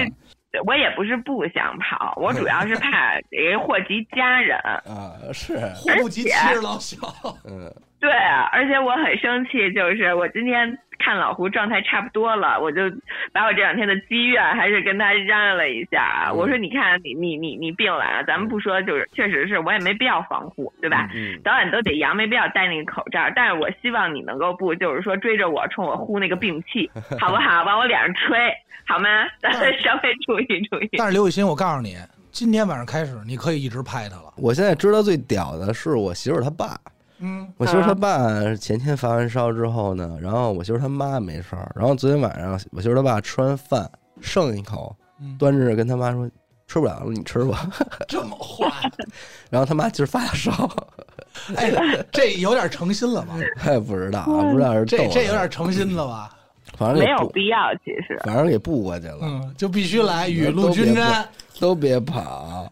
E: 我也不是不想跑，我主要是
A: [LAUGHS]
E: 怕诶祸及家人。
A: 啊，是
B: 祸不及妻儿老小，
A: 嗯
E: 对啊，而且我很生气，就是我今天看老胡状态差不多了，我就把我这两天的积怨还是跟他嚷嚷了一下啊。
A: 嗯
E: 我说，你看你你你你病了啊，咱们不说，就是确实是我也没必要防护，对吧？
A: 嗯
E: 早晚都得阳，没必要戴那个口罩。但是我希望你能够不，就是说追着我冲我呼那个病
A: [LAUGHS]
E: 气，好不好？往我脸上吹，好吗？咱
A: 嗯
E: 们稍微注意注意。
B: [LAUGHS] 但是刘雨欣，我告诉你，今天晚上开始，你可以一直拍他了。
A: 我现在知道最屌的是我媳妇儿她爸，
B: 嗯，
A: 我媳妇儿她爸前天发完烧之后呢，然后我媳妇儿她妈没事儿，然后昨天晚上我媳妇儿她爸吃完饭剩一口
B: 嗯，
A: 端着跟他妈说吃不了了，你吃
B: [LAUGHS]
A: 吧。
B: 这么坏，
A: 然后他妈今儿发烧， [LAUGHS]
B: 哎，这有点诚心了吧？
A: 哎，不知道啊，不知道是
B: 嗯这
A: 逗
B: 这有
A: 的
B: 点诚心了吧？
A: 反正
E: 没
A: 给
E: 有
A: 布
E: 必要，其实。
A: 反正给布过去了，
B: 嗯，就必须来雨露均沾。
A: 都别跑。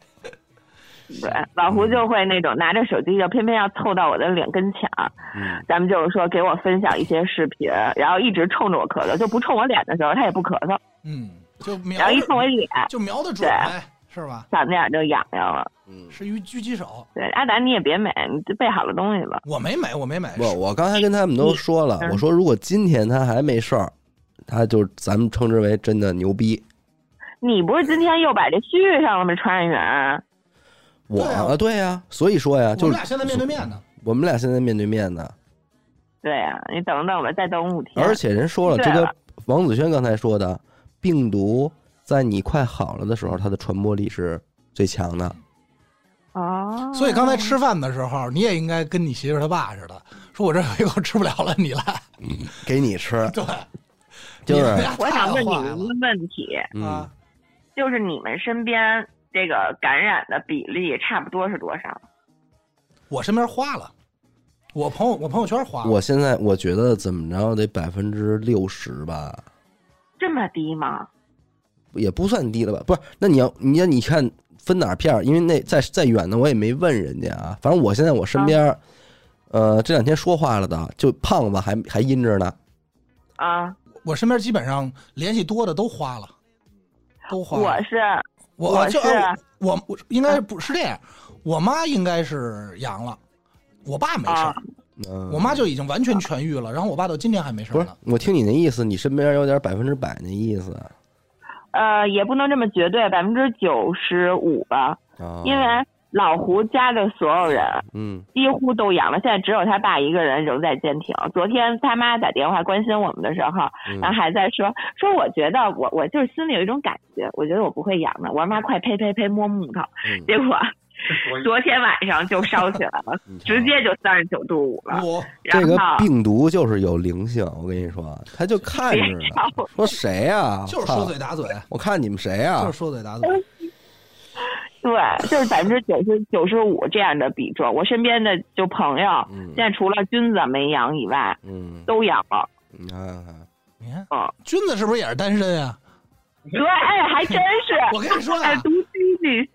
E: 对，老胡就会那种拿着手机就偏偏要凑到我的脸跟前儿，
A: 嗯
E: 咱们就是说给我分享一些视频，然后一直冲着我咳嗽，就不冲我脸的时候他也不咳嗽，
B: 嗯，就
E: 然
B: 瞄
E: 后一
B: 着
E: 冲我脸，
B: 就瞄得准呗，是吧？
E: 嗓子眼儿就痒痒了。
A: 嗯，
B: 是一狙击手，
E: 对，阿达你也别美，你就备好了东西吧。
B: 我没美，我没美。
A: 不，我刚才跟他们都说了，
B: 嗯
A: 我说如果今天他还没事儿，他就咱们称之为真的牛逼。
E: 你不是今天又把这续上了吗？传染源，
A: 我
B: 对啊
A: 啊，对呀、所以说呀，
B: 我
A: 就
B: 们
A: 是
B: 俩现在面对面呢，
E: 哦
A: 我们俩现在面对面呢，
E: 对呀、你等等吧，再等五天。
A: 而且人说了，
B: 啊
E: 对
A: 这个
E: 了
A: 王子轩刚才说的，病毒在你快好了的时候，它的传播力是最强的。
E: 哦，
B: 所以刚才吃饭的时候，你也应该跟你媳妇儿她爸似的，说我这有一口吃不了了，你来。
A: 给你吃，
B: 对，
A: 就是
B: 你们俩
E: 我想问你
B: 太坏
E: 们一
B: 了
E: 个问题，
A: 嗯
B: 啊，，
E: 就是你们身边这个感染的比例差不多是多少？
B: 我身边花了，我朋友我朋友圈花了，
A: 我现在我觉得怎么着得百分之六十吧，
E: 这么低吗？
A: 也不算低了吧？不是，那你要你要你看分哪片儿？因为那再再远的我也没问人家啊。反正我现在我身边
B: 啊
A: 儿，呃，这两天说话了的，就胖子还还阴着呢，
E: 啊，
B: 我身边基本上联系多的都花了，都花
E: 我
B: 了。
E: 是
B: 我
E: 我啊嗯
B: 就是哎我我我应该不是这样，我妈应该是阳了，我爸没
E: 啊
B: 事儿，
A: 嗯，
B: 我妈就已经完全痊愈了，然后我爸到今天还没事
A: 不
B: 儿
A: 是
B: 呢。
A: 我听你那意思，你身边有点百分之百那意思啊
E: 呃，也不能这么绝对，百分之九十五吧，
A: 啊，
E: 因为老胡家的所有人
A: 嗯
E: 几乎都阳了，现在只有他爸一个人仍在坚挺。昨天他妈打电话关心我们的时候， [LAUGHS] 然
A: 嗯
E: 后还在说说，我觉得我我就是心里有一种感觉，我觉得我不会阳的。我说妈，快呸呸呸，摸木头。
A: 嗯
E: 结果昨天晚上就烧起来了，
A: 嗯，
E: 直接就三十九度五了。
B: 我
A: 这
E: 然
A: 个
E: 后
A: 病毒就是有灵性，我跟你说，他就看着呢，说谁呀？
B: 就是
A: 我
B: 说
A: 操
B: 嘴打嘴，
A: 我看你们谁
B: 就是
A: 呀？
B: 说嘴打
E: 嗯
B: 嘴。
E: 对，就是百分之九十九十五这样的比重。我身边的就朋友，
A: 嗯
E: 现在除了君子没阳以外，
A: 嗯，
E: 都阳了。
A: 你看看，
B: 你看
E: 嗯，
B: 君子是不是也是单身啊？
E: 对，哎，还真是。
B: [LAUGHS] 我跟你说
E: 哎，
B: 啊
E: 独，居女性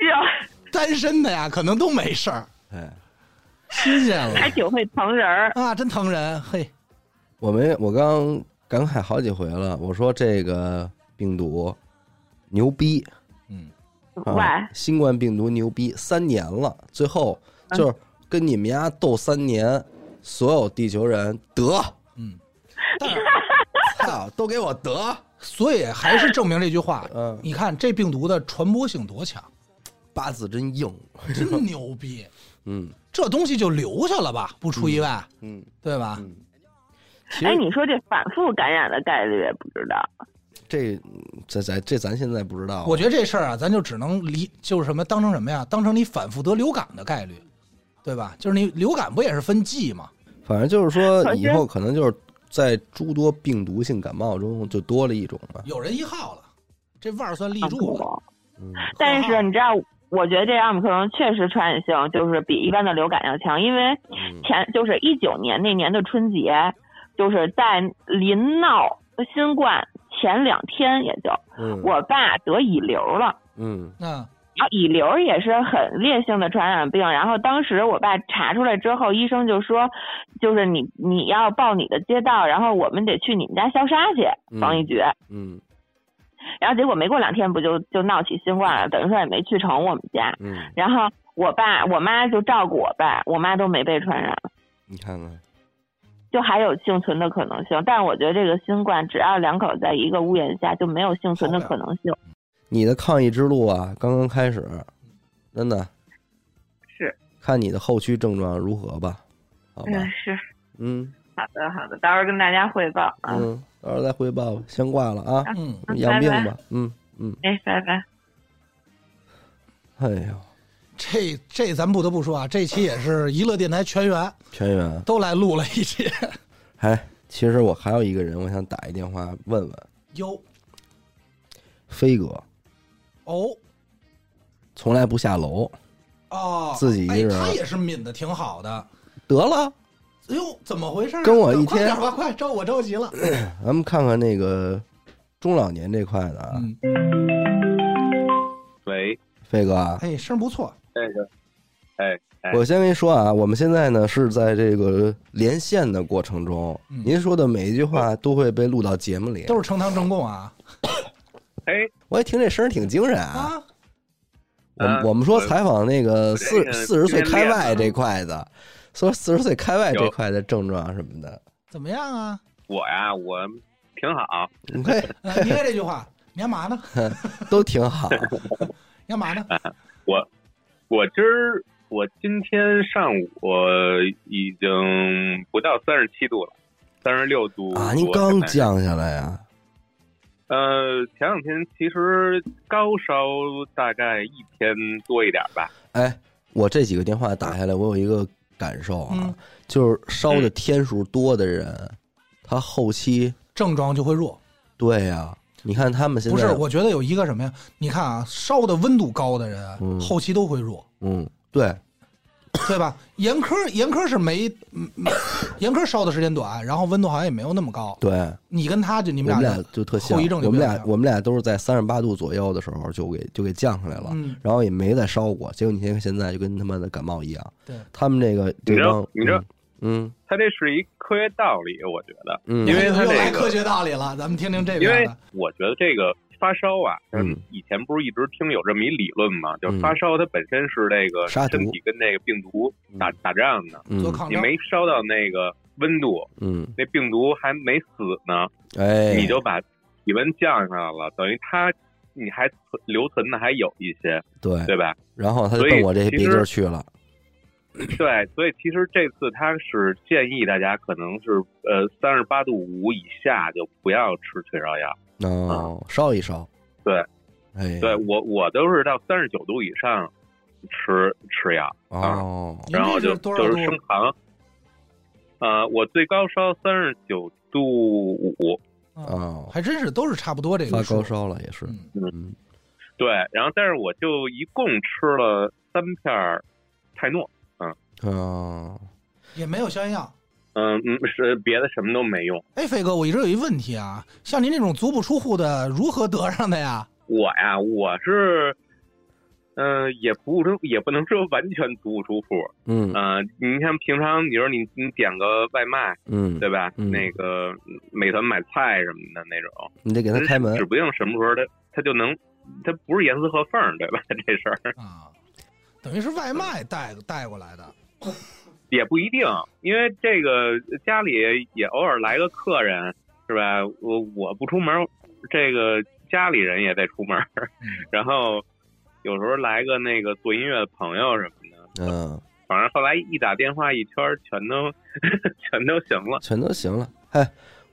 B: 单身的呀，可能都没事儿，
A: 哎，
B: 新鲜了
E: 还挺会疼人儿。
B: [LAUGHS] 啊，真疼人。嘿，
A: 我没，我刚感慨好几回了，我说这个病毒牛逼，
B: 嗯，
E: 喂，
A: 啊，新冠病毒牛逼，三年了，最后
E: 嗯
A: 就是跟你们家斗三年，所有地球人
E: [LAUGHS]
A: 得，
B: 嗯，但是
A: 操，都给我得，
B: 所以还是证明这句话，
A: 嗯
B: 你看这病毒的传播性多强， [LAUGHS]
A: 八字真硬，
B: 真牛逼！
A: 嗯
B: 这东西就留下了吧，不出意外，
A: 嗯，
B: 对吧？
A: 嗯其
E: 哎，
A: 实
E: 你说这反复感染的概率也不知道。
A: 这这咱这咱现在不知道，
B: 我觉得这事儿啊，咱就只能离就是什么当成什么呀？当成你反复得流感的概率，对吧？就是你流感不也是分季吗？
A: 反正就是说
E: 首
A: 以
E: 先
A: 后可能就是在诸多病毒性感冒中就多了一种嘛，
B: 有人一号了，这腕儿算立住了。啊
A: 嗯
E: 啊但
B: 括
E: 是
B: 号
E: 你知道，我觉得这奥密克戎确实传染性就是比一般的流感要强，因为
A: 嗯
E: 前就是一九年那年的春节，就是在临闹新冠前两天，也就
A: 嗯
E: 我爸得乙流了。
A: 嗯
B: 那
E: 然后乙流也是很烈性的传染病，然后当时我爸查出来之后，医生就说，就是你你要报你的街道，然后我们得去你们家消杀去，防疫局。
A: 嗯
E: 然后结果没过两天不就就闹起新冠了，等于说也没去成我们家。
A: 嗯，
E: 然后我爸我妈就照顾我爸，我妈都没被传染，
A: 你看看，
E: 就还有幸存的可能性。但是我觉得这个新冠，只要两口在一个屋檐下，就没有幸存的可能性。
A: 你的抗疫之路啊刚刚开始，真的
I: 是
A: 看你的后续症状如何吧，好吧，
E: 哎是
A: 嗯
E: 好的好的，到时候跟大家汇报啊。
A: 嗯，到时候再汇报吧，先挂了啊，
B: 嗯，
A: 养病
E: 拜拜
A: 吧，嗯嗯，
E: 哎，拜拜。
A: 哎呦，
B: 这这咱不得不说啊，这期也是娱乐电台全员
A: 全员。
B: 都来录了一期。 [LAUGHS]
A: 哎，其实我还有一个人，我想打一电话问问
B: 哟
A: 飞哥，
B: 哦
A: 从来不下楼，
B: 哦，
A: 自己一
B: 哎，
A: 人
B: 他也是抿的挺好的。
A: 得了，
B: 哎呦，怎么回事啊、
A: 跟我一
B: 快
A: 天
B: 快点吧，快着我着急了。
A: 咱们看看那个中老年这块的啊，
B: 嗯，
F: 喂，
A: 飞哥啊，
B: 哎，声儿不错。
F: 那个，哎，哎
A: 我先跟您说啊，我们现在呢是在这个连线的过程中，
B: 嗯
A: 您说的每一句话都会被录到节目里
B: 都。是呈堂证供啊
F: 哎，
A: 我一听这声儿挺惊人啊！
B: 啊！
A: 我
F: 啊
A: 们我们说
F: 我
A: 采访那个
F: 我
A: 四
F: 这个
A: 四十岁
F: 今天
A: 开
F: 练
A: 外
F: 了
A: 这块的，说四十岁开外这
F: 有
A: 块的症状什么的，
B: 怎么样啊？
F: 我呀，我挺好，
A: 你看
B: 呃你也这句话， [LAUGHS] 你干嘛呢？
A: 都挺
F: [LAUGHS]
A: 好。
B: 你干嘛呢？
F: 啊我今儿我今天上午我已经不到三十七度了，三十六度
A: 啊，您
F: 多
A: 刚
F: 现在
A: 降下来呀、
F: 呃，前两天其实高烧大概一天多一点吧。
A: 哎，我这几个电话打下来，我有一个感受啊，
B: 嗯
A: 就是烧的天数多的人，他后期
B: 症状就会弱。
A: 对呀、你看他们现在
B: 不是，我觉得有一个什么呀？你看啊，烧的温度高的人，
A: 嗯
B: 后期都
A: [COUGHS]
B: 会弱，
A: 嗯，对，
B: 对吧？严苛严苛是没，嗯 [COUGHS] 嗯严苛烧的时间短，然后温度好像也没有那么高。
A: 对，
B: 你跟他就你
A: 我
B: 们俩
A: 们俩就特像，
B: 后遗症就
A: 我们
B: 不一
A: 俩
B: 样
A: 我们俩都是在三十八度左右的时候就给就给降下来了，
B: 嗯
A: 然后也没再烧过，结果你现在现在就跟他妈的感冒一样。
B: 对
A: 他们这个这
F: 你知道
A: 帮
F: 你知道
A: 嗯嗯
F: 它这是一科学道理，我觉得，
A: 嗯，
F: 因为它
B: 又来
F: 这个
B: 科学道理了，咱们听听这
F: 因
B: 边
F: 为
B: 的。
F: 我觉得这个发烧啊，
A: 嗯
F: 以前不是一直听有这么一理论嘛，就
A: 嗯
F: 发烧它本身是这个
A: 杀毒
F: 身体跟这个病毒打打仗呢，
B: 做
A: 嗯
B: 抗
F: 你
B: 争，
F: 没烧到那个温度，
A: 嗯，
F: 那病毒还没死呢，
A: 哎，
F: 你就把体温降下来了，等于它你还存留存的还有一些，
A: 对，
F: 对吧？
A: 然后他就
F: 所以
A: 奔我这些
F: 其
A: 别地儿
F: 实
A: 去了，
F: 对，所以其实这次他是建议大家可能是呃三十八度五以下就不要吃退烧药。
A: 哦，烧一烧，
F: 啊对，
A: 哎，
F: 对，我我都是到三十九度以上吃吃药，
A: 哦，
B: 您
F: 然后
B: 这
F: 就是
B: 多
F: 就
B: 少
F: 是
B: 度？啊
F: 升糖。呃，我最高烧三十九度五，
B: 嗯
A: 哦，
B: 还真是都是差不多这
A: 发
B: 个
A: 高
B: 数。
A: 烧了也是，
B: 嗯
A: 嗯，
F: 对，然后但是我就一共吃了三片儿泰诺，
A: 哦，
B: 也没有消炎药。
F: 嗯嗯，是别的什么都没用。
B: 哎，飞哥，我一直有一问题啊，像您这种足不出户的，如何得上的呀？
F: 我呀，我是，嗯、也不能也不能说完全足不出户，
A: 嗯
F: 呃，你看平常，你说你你点个外卖，
A: 嗯，
F: 对吧？
A: 嗯
F: 那个美团买菜什么的那种，
A: 你得给他开门
F: 指，不定什么时候他他就能，他不是严丝合缝儿，对吧？ [LAUGHS] 这事儿
B: 啊，等于是外卖带带过来的。
F: 也不一定，因为这个家里也偶尔来个客人，是吧？我我不出门儿，这个家里人也得出门儿，然后有时候来个那个做音乐的朋友什么的，
A: 嗯，
F: 反正后来一打电话一圈儿，全都 [LAUGHS] 全都行了。
A: 全都行了。哎，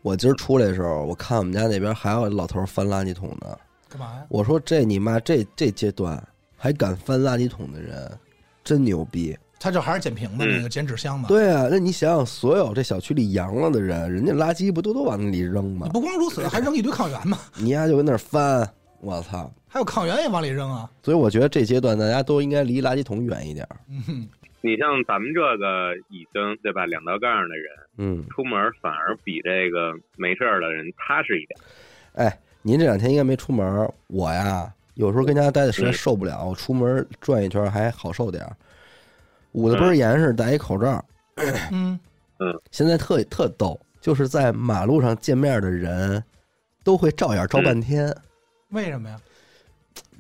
A: 我今儿出来的时候，我看我们家那边还有老头儿翻垃圾桶呢，
B: 干嘛呀？
A: 我说这你妈这这阶段还敢翻垃圾桶的人，真牛逼。
B: 他就还是捡瓶子
F: 嗯
B: 那个捡纸箱嘛。，
A: 对啊，那你想想，所有这小区里阳了的人，人家垃圾不都都往那里扔吗 [LAUGHS]
B: 你？不光如此，还扔一堆抗原嘛，
A: 你丫就跟那儿翻，我操！
B: 还有抗原也往里扔啊。
A: 所以我觉得这阶段大家都应该离垃圾桶远一点儿。
B: 嗯哼，
F: 你像咱们这个已经对吧两道杠的人，
A: 嗯，
F: 出门反而比这个没事儿的人踏实一点。
A: 哎，您这两天应该没出门儿，我呀有时候跟家待的实在
F: 嗯
A: 受不了，我出门转一圈还好受点儿。捂得倍
F: 嗯
A: 儿严实，戴一口罩，
B: 嗯，
A: 现在特特逗，就是在马路上见面的人，都会照眼照
F: 嗯
A: 半天，
B: 为什么呀？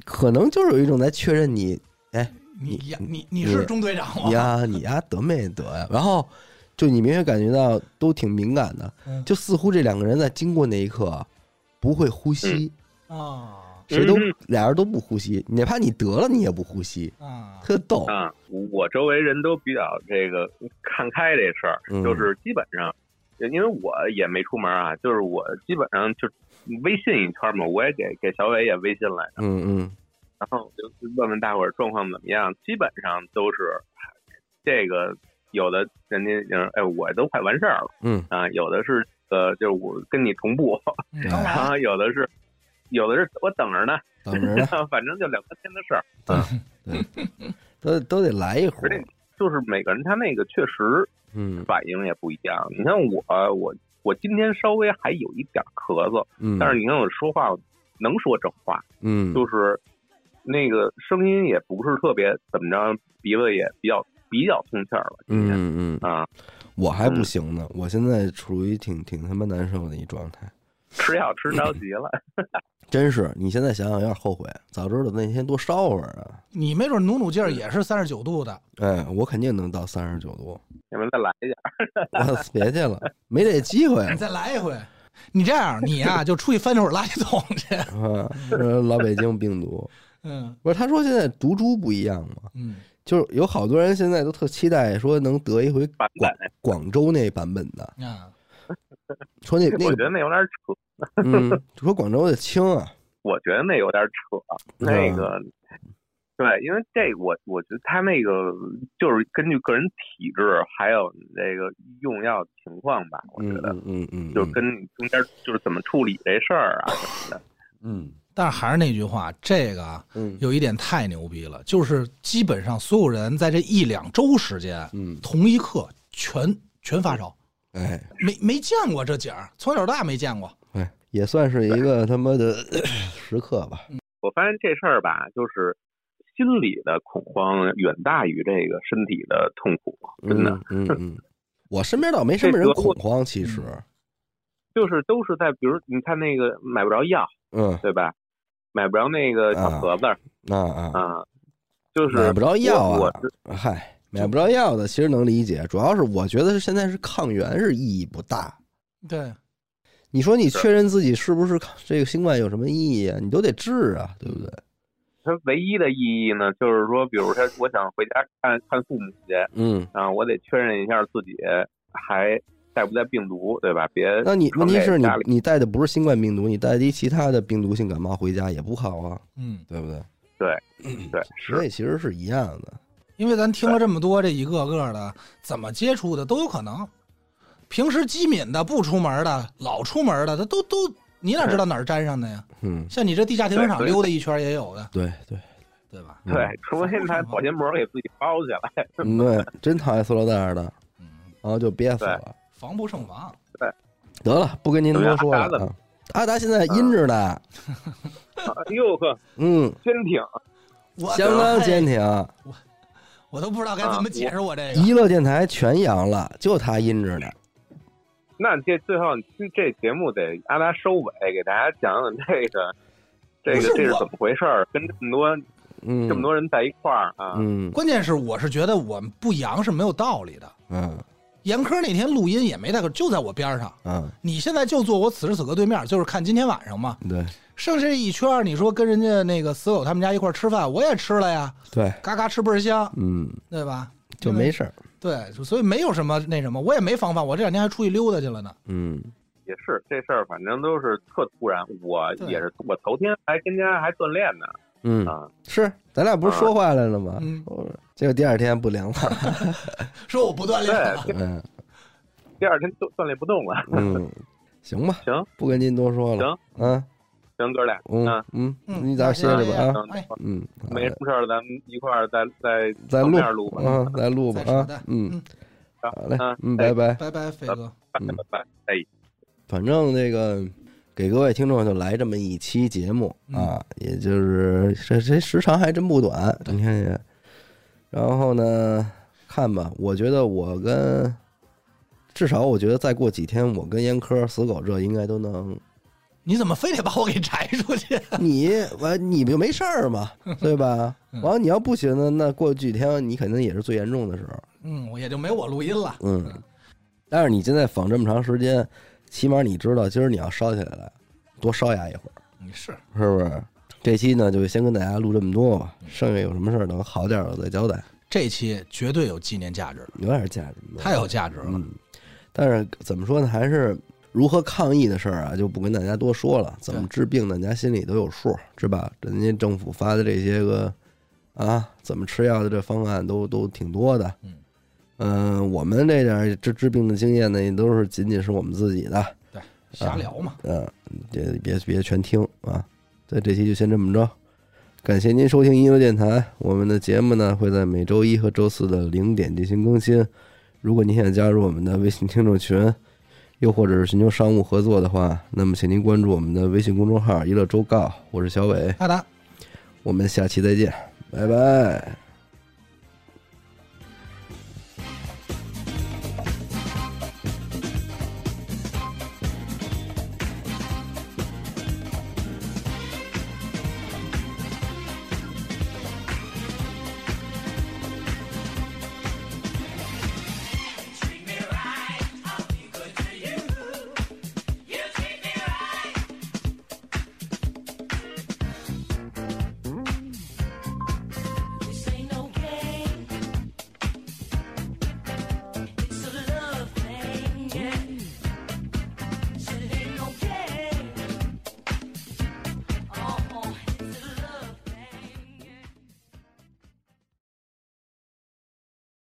A: 可能就是有一种在确认你，哎，
B: 你呀，你
A: 你
B: 你是中队长
A: 你
B: 吗？
A: 呀，你呀，得没得呀？然后就你明显感觉到都挺敏感的，
B: 嗯
A: 就似乎这两个人在经过那一刻不会呼吸，
B: 啊
A: 谁都
F: 嗯
A: 俩人都不呼吸，哪怕你得了，你也不呼吸，
B: 啊，
A: 特逗。
F: 啊，我周围人都比较这个看开这事儿
A: 嗯，
F: 就是基本上，因为我也没出门啊，就是我基本上就微信一圈嘛，我也给给小伟也微信来着，
A: 嗯嗯
F: 然后我就问问大伙儿状况怎么样，基本上都是这个。有的人家就是哎，我都快完事儿了
A: 嗯
F: 啊。有的是呃，就是我跟你同步，
B: 嗯刚来
F: 然后有的是，有的是我等着呢，
A: 等
F: [LAUGHS]
A: 着呢，
F: 反正就两三天的事儿。
A: 都都得来一壶
F: 而。且就是每个人他那个确实
A: 嗯
F: 反应也不一样。你看我，我我今天稍微还有一点咳嗽，
A: 嗯，
F: 但是你看我说话能说正话，
A: 嗯
F: 就是那个声音也不是特别怎么着，鼻子也比较比较通气儿了。今天
A: 嗯嗯，
F: 啊，
A: 我还不行呢，我现在处于挺挺他妈难受的一状态。
F: 吃药吃着急了，
A: 真是，你现在想想有点后悔，早知道那天多烧会儿啊！
B: 你没准努努劲儿也是三十九度的，
A: 哎，我肯定能到三十九度，
F: 你们再来一点儿。
A: 我操别去了，没这机会。啊
B: 你再来一回。你这样，你呀、就出去翻一会儿垃圾桶去。
A: 啊，呃老北京病毒
B: 嗯
A: 不是？他说现在毒株不一样嘛，
B: 嗯，
A: 就是有好多人现在都特期待说能得一回
F: 版
A: 广广州那版本的，
B: 啊，
A: 说那
F: 我
A: 那
F: 觉得
A: 个
F: 那有点扯，
A: 嗯，就说广州的轻啊，
F: 我觉得那有点扯。
A: 嗯
F: [LAUGHS] 那个，对，因为这个我我觉得他那个就是根据个人体质，还有你这个用药情况吧，我
A: 嗯
F: 觉得
A: 嗯嗯嗯，
F: 就跟你中间就是怎么处理这事儿啊什么的。
A: 嗯
B: 但是还是那句话，这个啊，
A: 嗯
B: 有一点太牛逼了，就是基本上所有人在这一两周时间，
A: 嗯，
B: 同一刻全全发烧，
A: 哎
B: 没没见过这景儿，从小到大没见过。
A: 哎，也算是一个他妈的 [COUGHS] 时刻吧，
F: 我发现这事儿吧，就是心理的恐慌远大于这个身体的痛苦，真的。
A: 嗯嗯嗯，我身边倒没什么人
F: 这德
A: 恐
F: 国
A: 慌，其实，
F: 就是都是在，比如你看那个买不着药，
A: 嗯，
F: 对吧？买不着那个小
A: 啊
F: 盒子
A: 啊啊，
F: 啊，就是
A: 买不着药
F: 我
A: 啊
F: 我是，
A: 嗨，买不着药的其实能理解，主要是我觉得是现在是抗原是意义不大。
B: 对，
A: 你说你确认自己是不是抗这个新冠有什么意义啊？你都得治啊，对不对？
F: 它唯一的意义呢，就是说，比如说我想回家看看父母去
A: 嗯，
F: 啊，我得确认一下自己还带不带病毒，对吧？别
A: 那你问
F: 传
A: 题
F: 给
A: 是你
F: 家里
A: 你带的不是新冠病毒，你带的一其他的病毒性感冒回家也不好啊，
B: 嗯，
A: 对不对？ [CLEARS THROAT]
F: 对
A: 所
F: 是
A: 以其实是一样的。
B: 因为咱听了这么多，这一个个的怎么接触的都有可能。平时机敏的、不出门的、老出门的，他都都，你哪知道哪儿沾上的呀？
A: 嗯，
B: 像你这地下停车场
F: 对对
B: 溜达一圈也有的，
A: 对
F: [LAUGHS]
A: 对，
B: 对吧？
A: 嗯
F: 对，除非
A: [LAUGHS]
F: 拿保鲜膜给自己包起来，
A: 嗯对，真讨厌塑料袋儿的，
B: 嗯，
A: 然后就憋死了。
B: 防不胜防。
A: 得了，不跟您多说了
F: 怎么
A: 啊。阿达现在
F: 嗯
A: 阴着呢，
F: 哟哎呵，
A: 嗯，
F: 坚挺。
B: 我哎
A: 相当坚
B: 挺，
A: 挺。
B: 我都不知道该怎么解释我这个。
A: 娱乐电台全阳了，就他阴着呢。
F: 那这最后这节目得阿达收尾，给大家讲讲这
B: [LAUGHS]
F: 个。这个
B: 不是
F: 这是
B: 我
F: 怎么回事儿？跟这么多
A: 嗯，
F: 这么多人在一块儿啊，
A: 嗯
B: 关键是我是觉得我们不阳是没有道理的。
A: 嗯
B: 严科那天录音也没在，就在我边上。
A: 嗯，
B: 你现在就坐我此时此刻对面，就是看今天晚上嘛。
A: 对
B: 剩下这一圈儿，你说跟人家那个死狗他们家一块儿吃饭，我也吃了呀，
A: 对，
B: 嘎嘎吃倍儿香，
A: 嗯，
B: 对吧？
A: 就没事儿。
B: 对，所以没有什么那什么，我也没防范，我这两天还出去溜达去了呢。
A: 嗯
F: 也是这事儿，反正都是特突然。我
B: 对
F: 也是，我头天还跟家还锻炼呢
A: 嗯，
F: 啊，
A: 是，咱俩不是说话来了吗？
B: 嗯
A: 说了结果第二天不凉
F: [LAUGHS]
A: 了。
B: 说我不锻炼了，
F: 对，
A: 嗯
F: 第二天锻锻炼不动了。
A: 嗯，行吧，
F: 行，
A: 不跟您多说了。行，啊，
F: 行，哥俩，
A: 嗯
F: 啊
A: 嗯，
B: 嗯
A: 你早点歇着吧啊。
F: 行，
B: 哎
A: 嗯，好
F: 没什
A: 嘞
F: 么事儿，咱们一块儿再再
A: 再
F: 碰
A: 录
F: 面录吧。
A: 嗯，再录吧
B: 再扯淡
A: 啊。嗯
B: 嗯，
A: 好嘞
F: 啊，
A: 嗯，拜
F: 哎
A: 拜。
B: 拜拜，飞哥。
A: 嗯
F: 拜拜，哎。
A: 反正那个给各位听众就来这么一期节目啊，也就是这这时长还真不短，你看也。然后呢，看吧，我觉得我跟至少我觉得再过几天，我跟严科、死狗这应该都能。
B: 你怎么非得把我给摘出去？
A: 你完你不就没事儿嘛，对吧？完了你要不行呢，那过几天你肯定也是最严重的时候。
B: 嗯，我也就没我录音了。
A: 嗯，但是你现在仿这么长时间，起码你知道今儿你要烧起来了，多烧牙一会儿。
B: 你是
A: 是不是？这期呢就先跟大家录这么多吧，剩下有什么事儿等好点儿了再交代，
B: 这期绝对有纪念价值，
A: 有点价值。
B: 太有价值了。
A: 嗯，但是怎么说呢，还是如何抗疫的事儿啊，就不跟大家多说了。怎么治病，大家心里都有数，是吧？人家政府发的这些个啊，怎么吃药的这方案都都挺多的。
B: 嗯
A: 嗯、我们这点儿治治病的经验呢，也都是仅仅是我们自己的，
B: 瞎聊嘛，
A: 嗯，别别别全听啊。那这期就先这么着，感谢您收听音乐电台。我们的节目呢会在每周一和周四的零点进行更新。如果您想加入我们的微信听众群，又或者是寻求商务合作的话，那么请您关注我们的微信公众号“一乐周告”。我是小伟，
B: 阿达。
A: 我们下期再见，拜拜。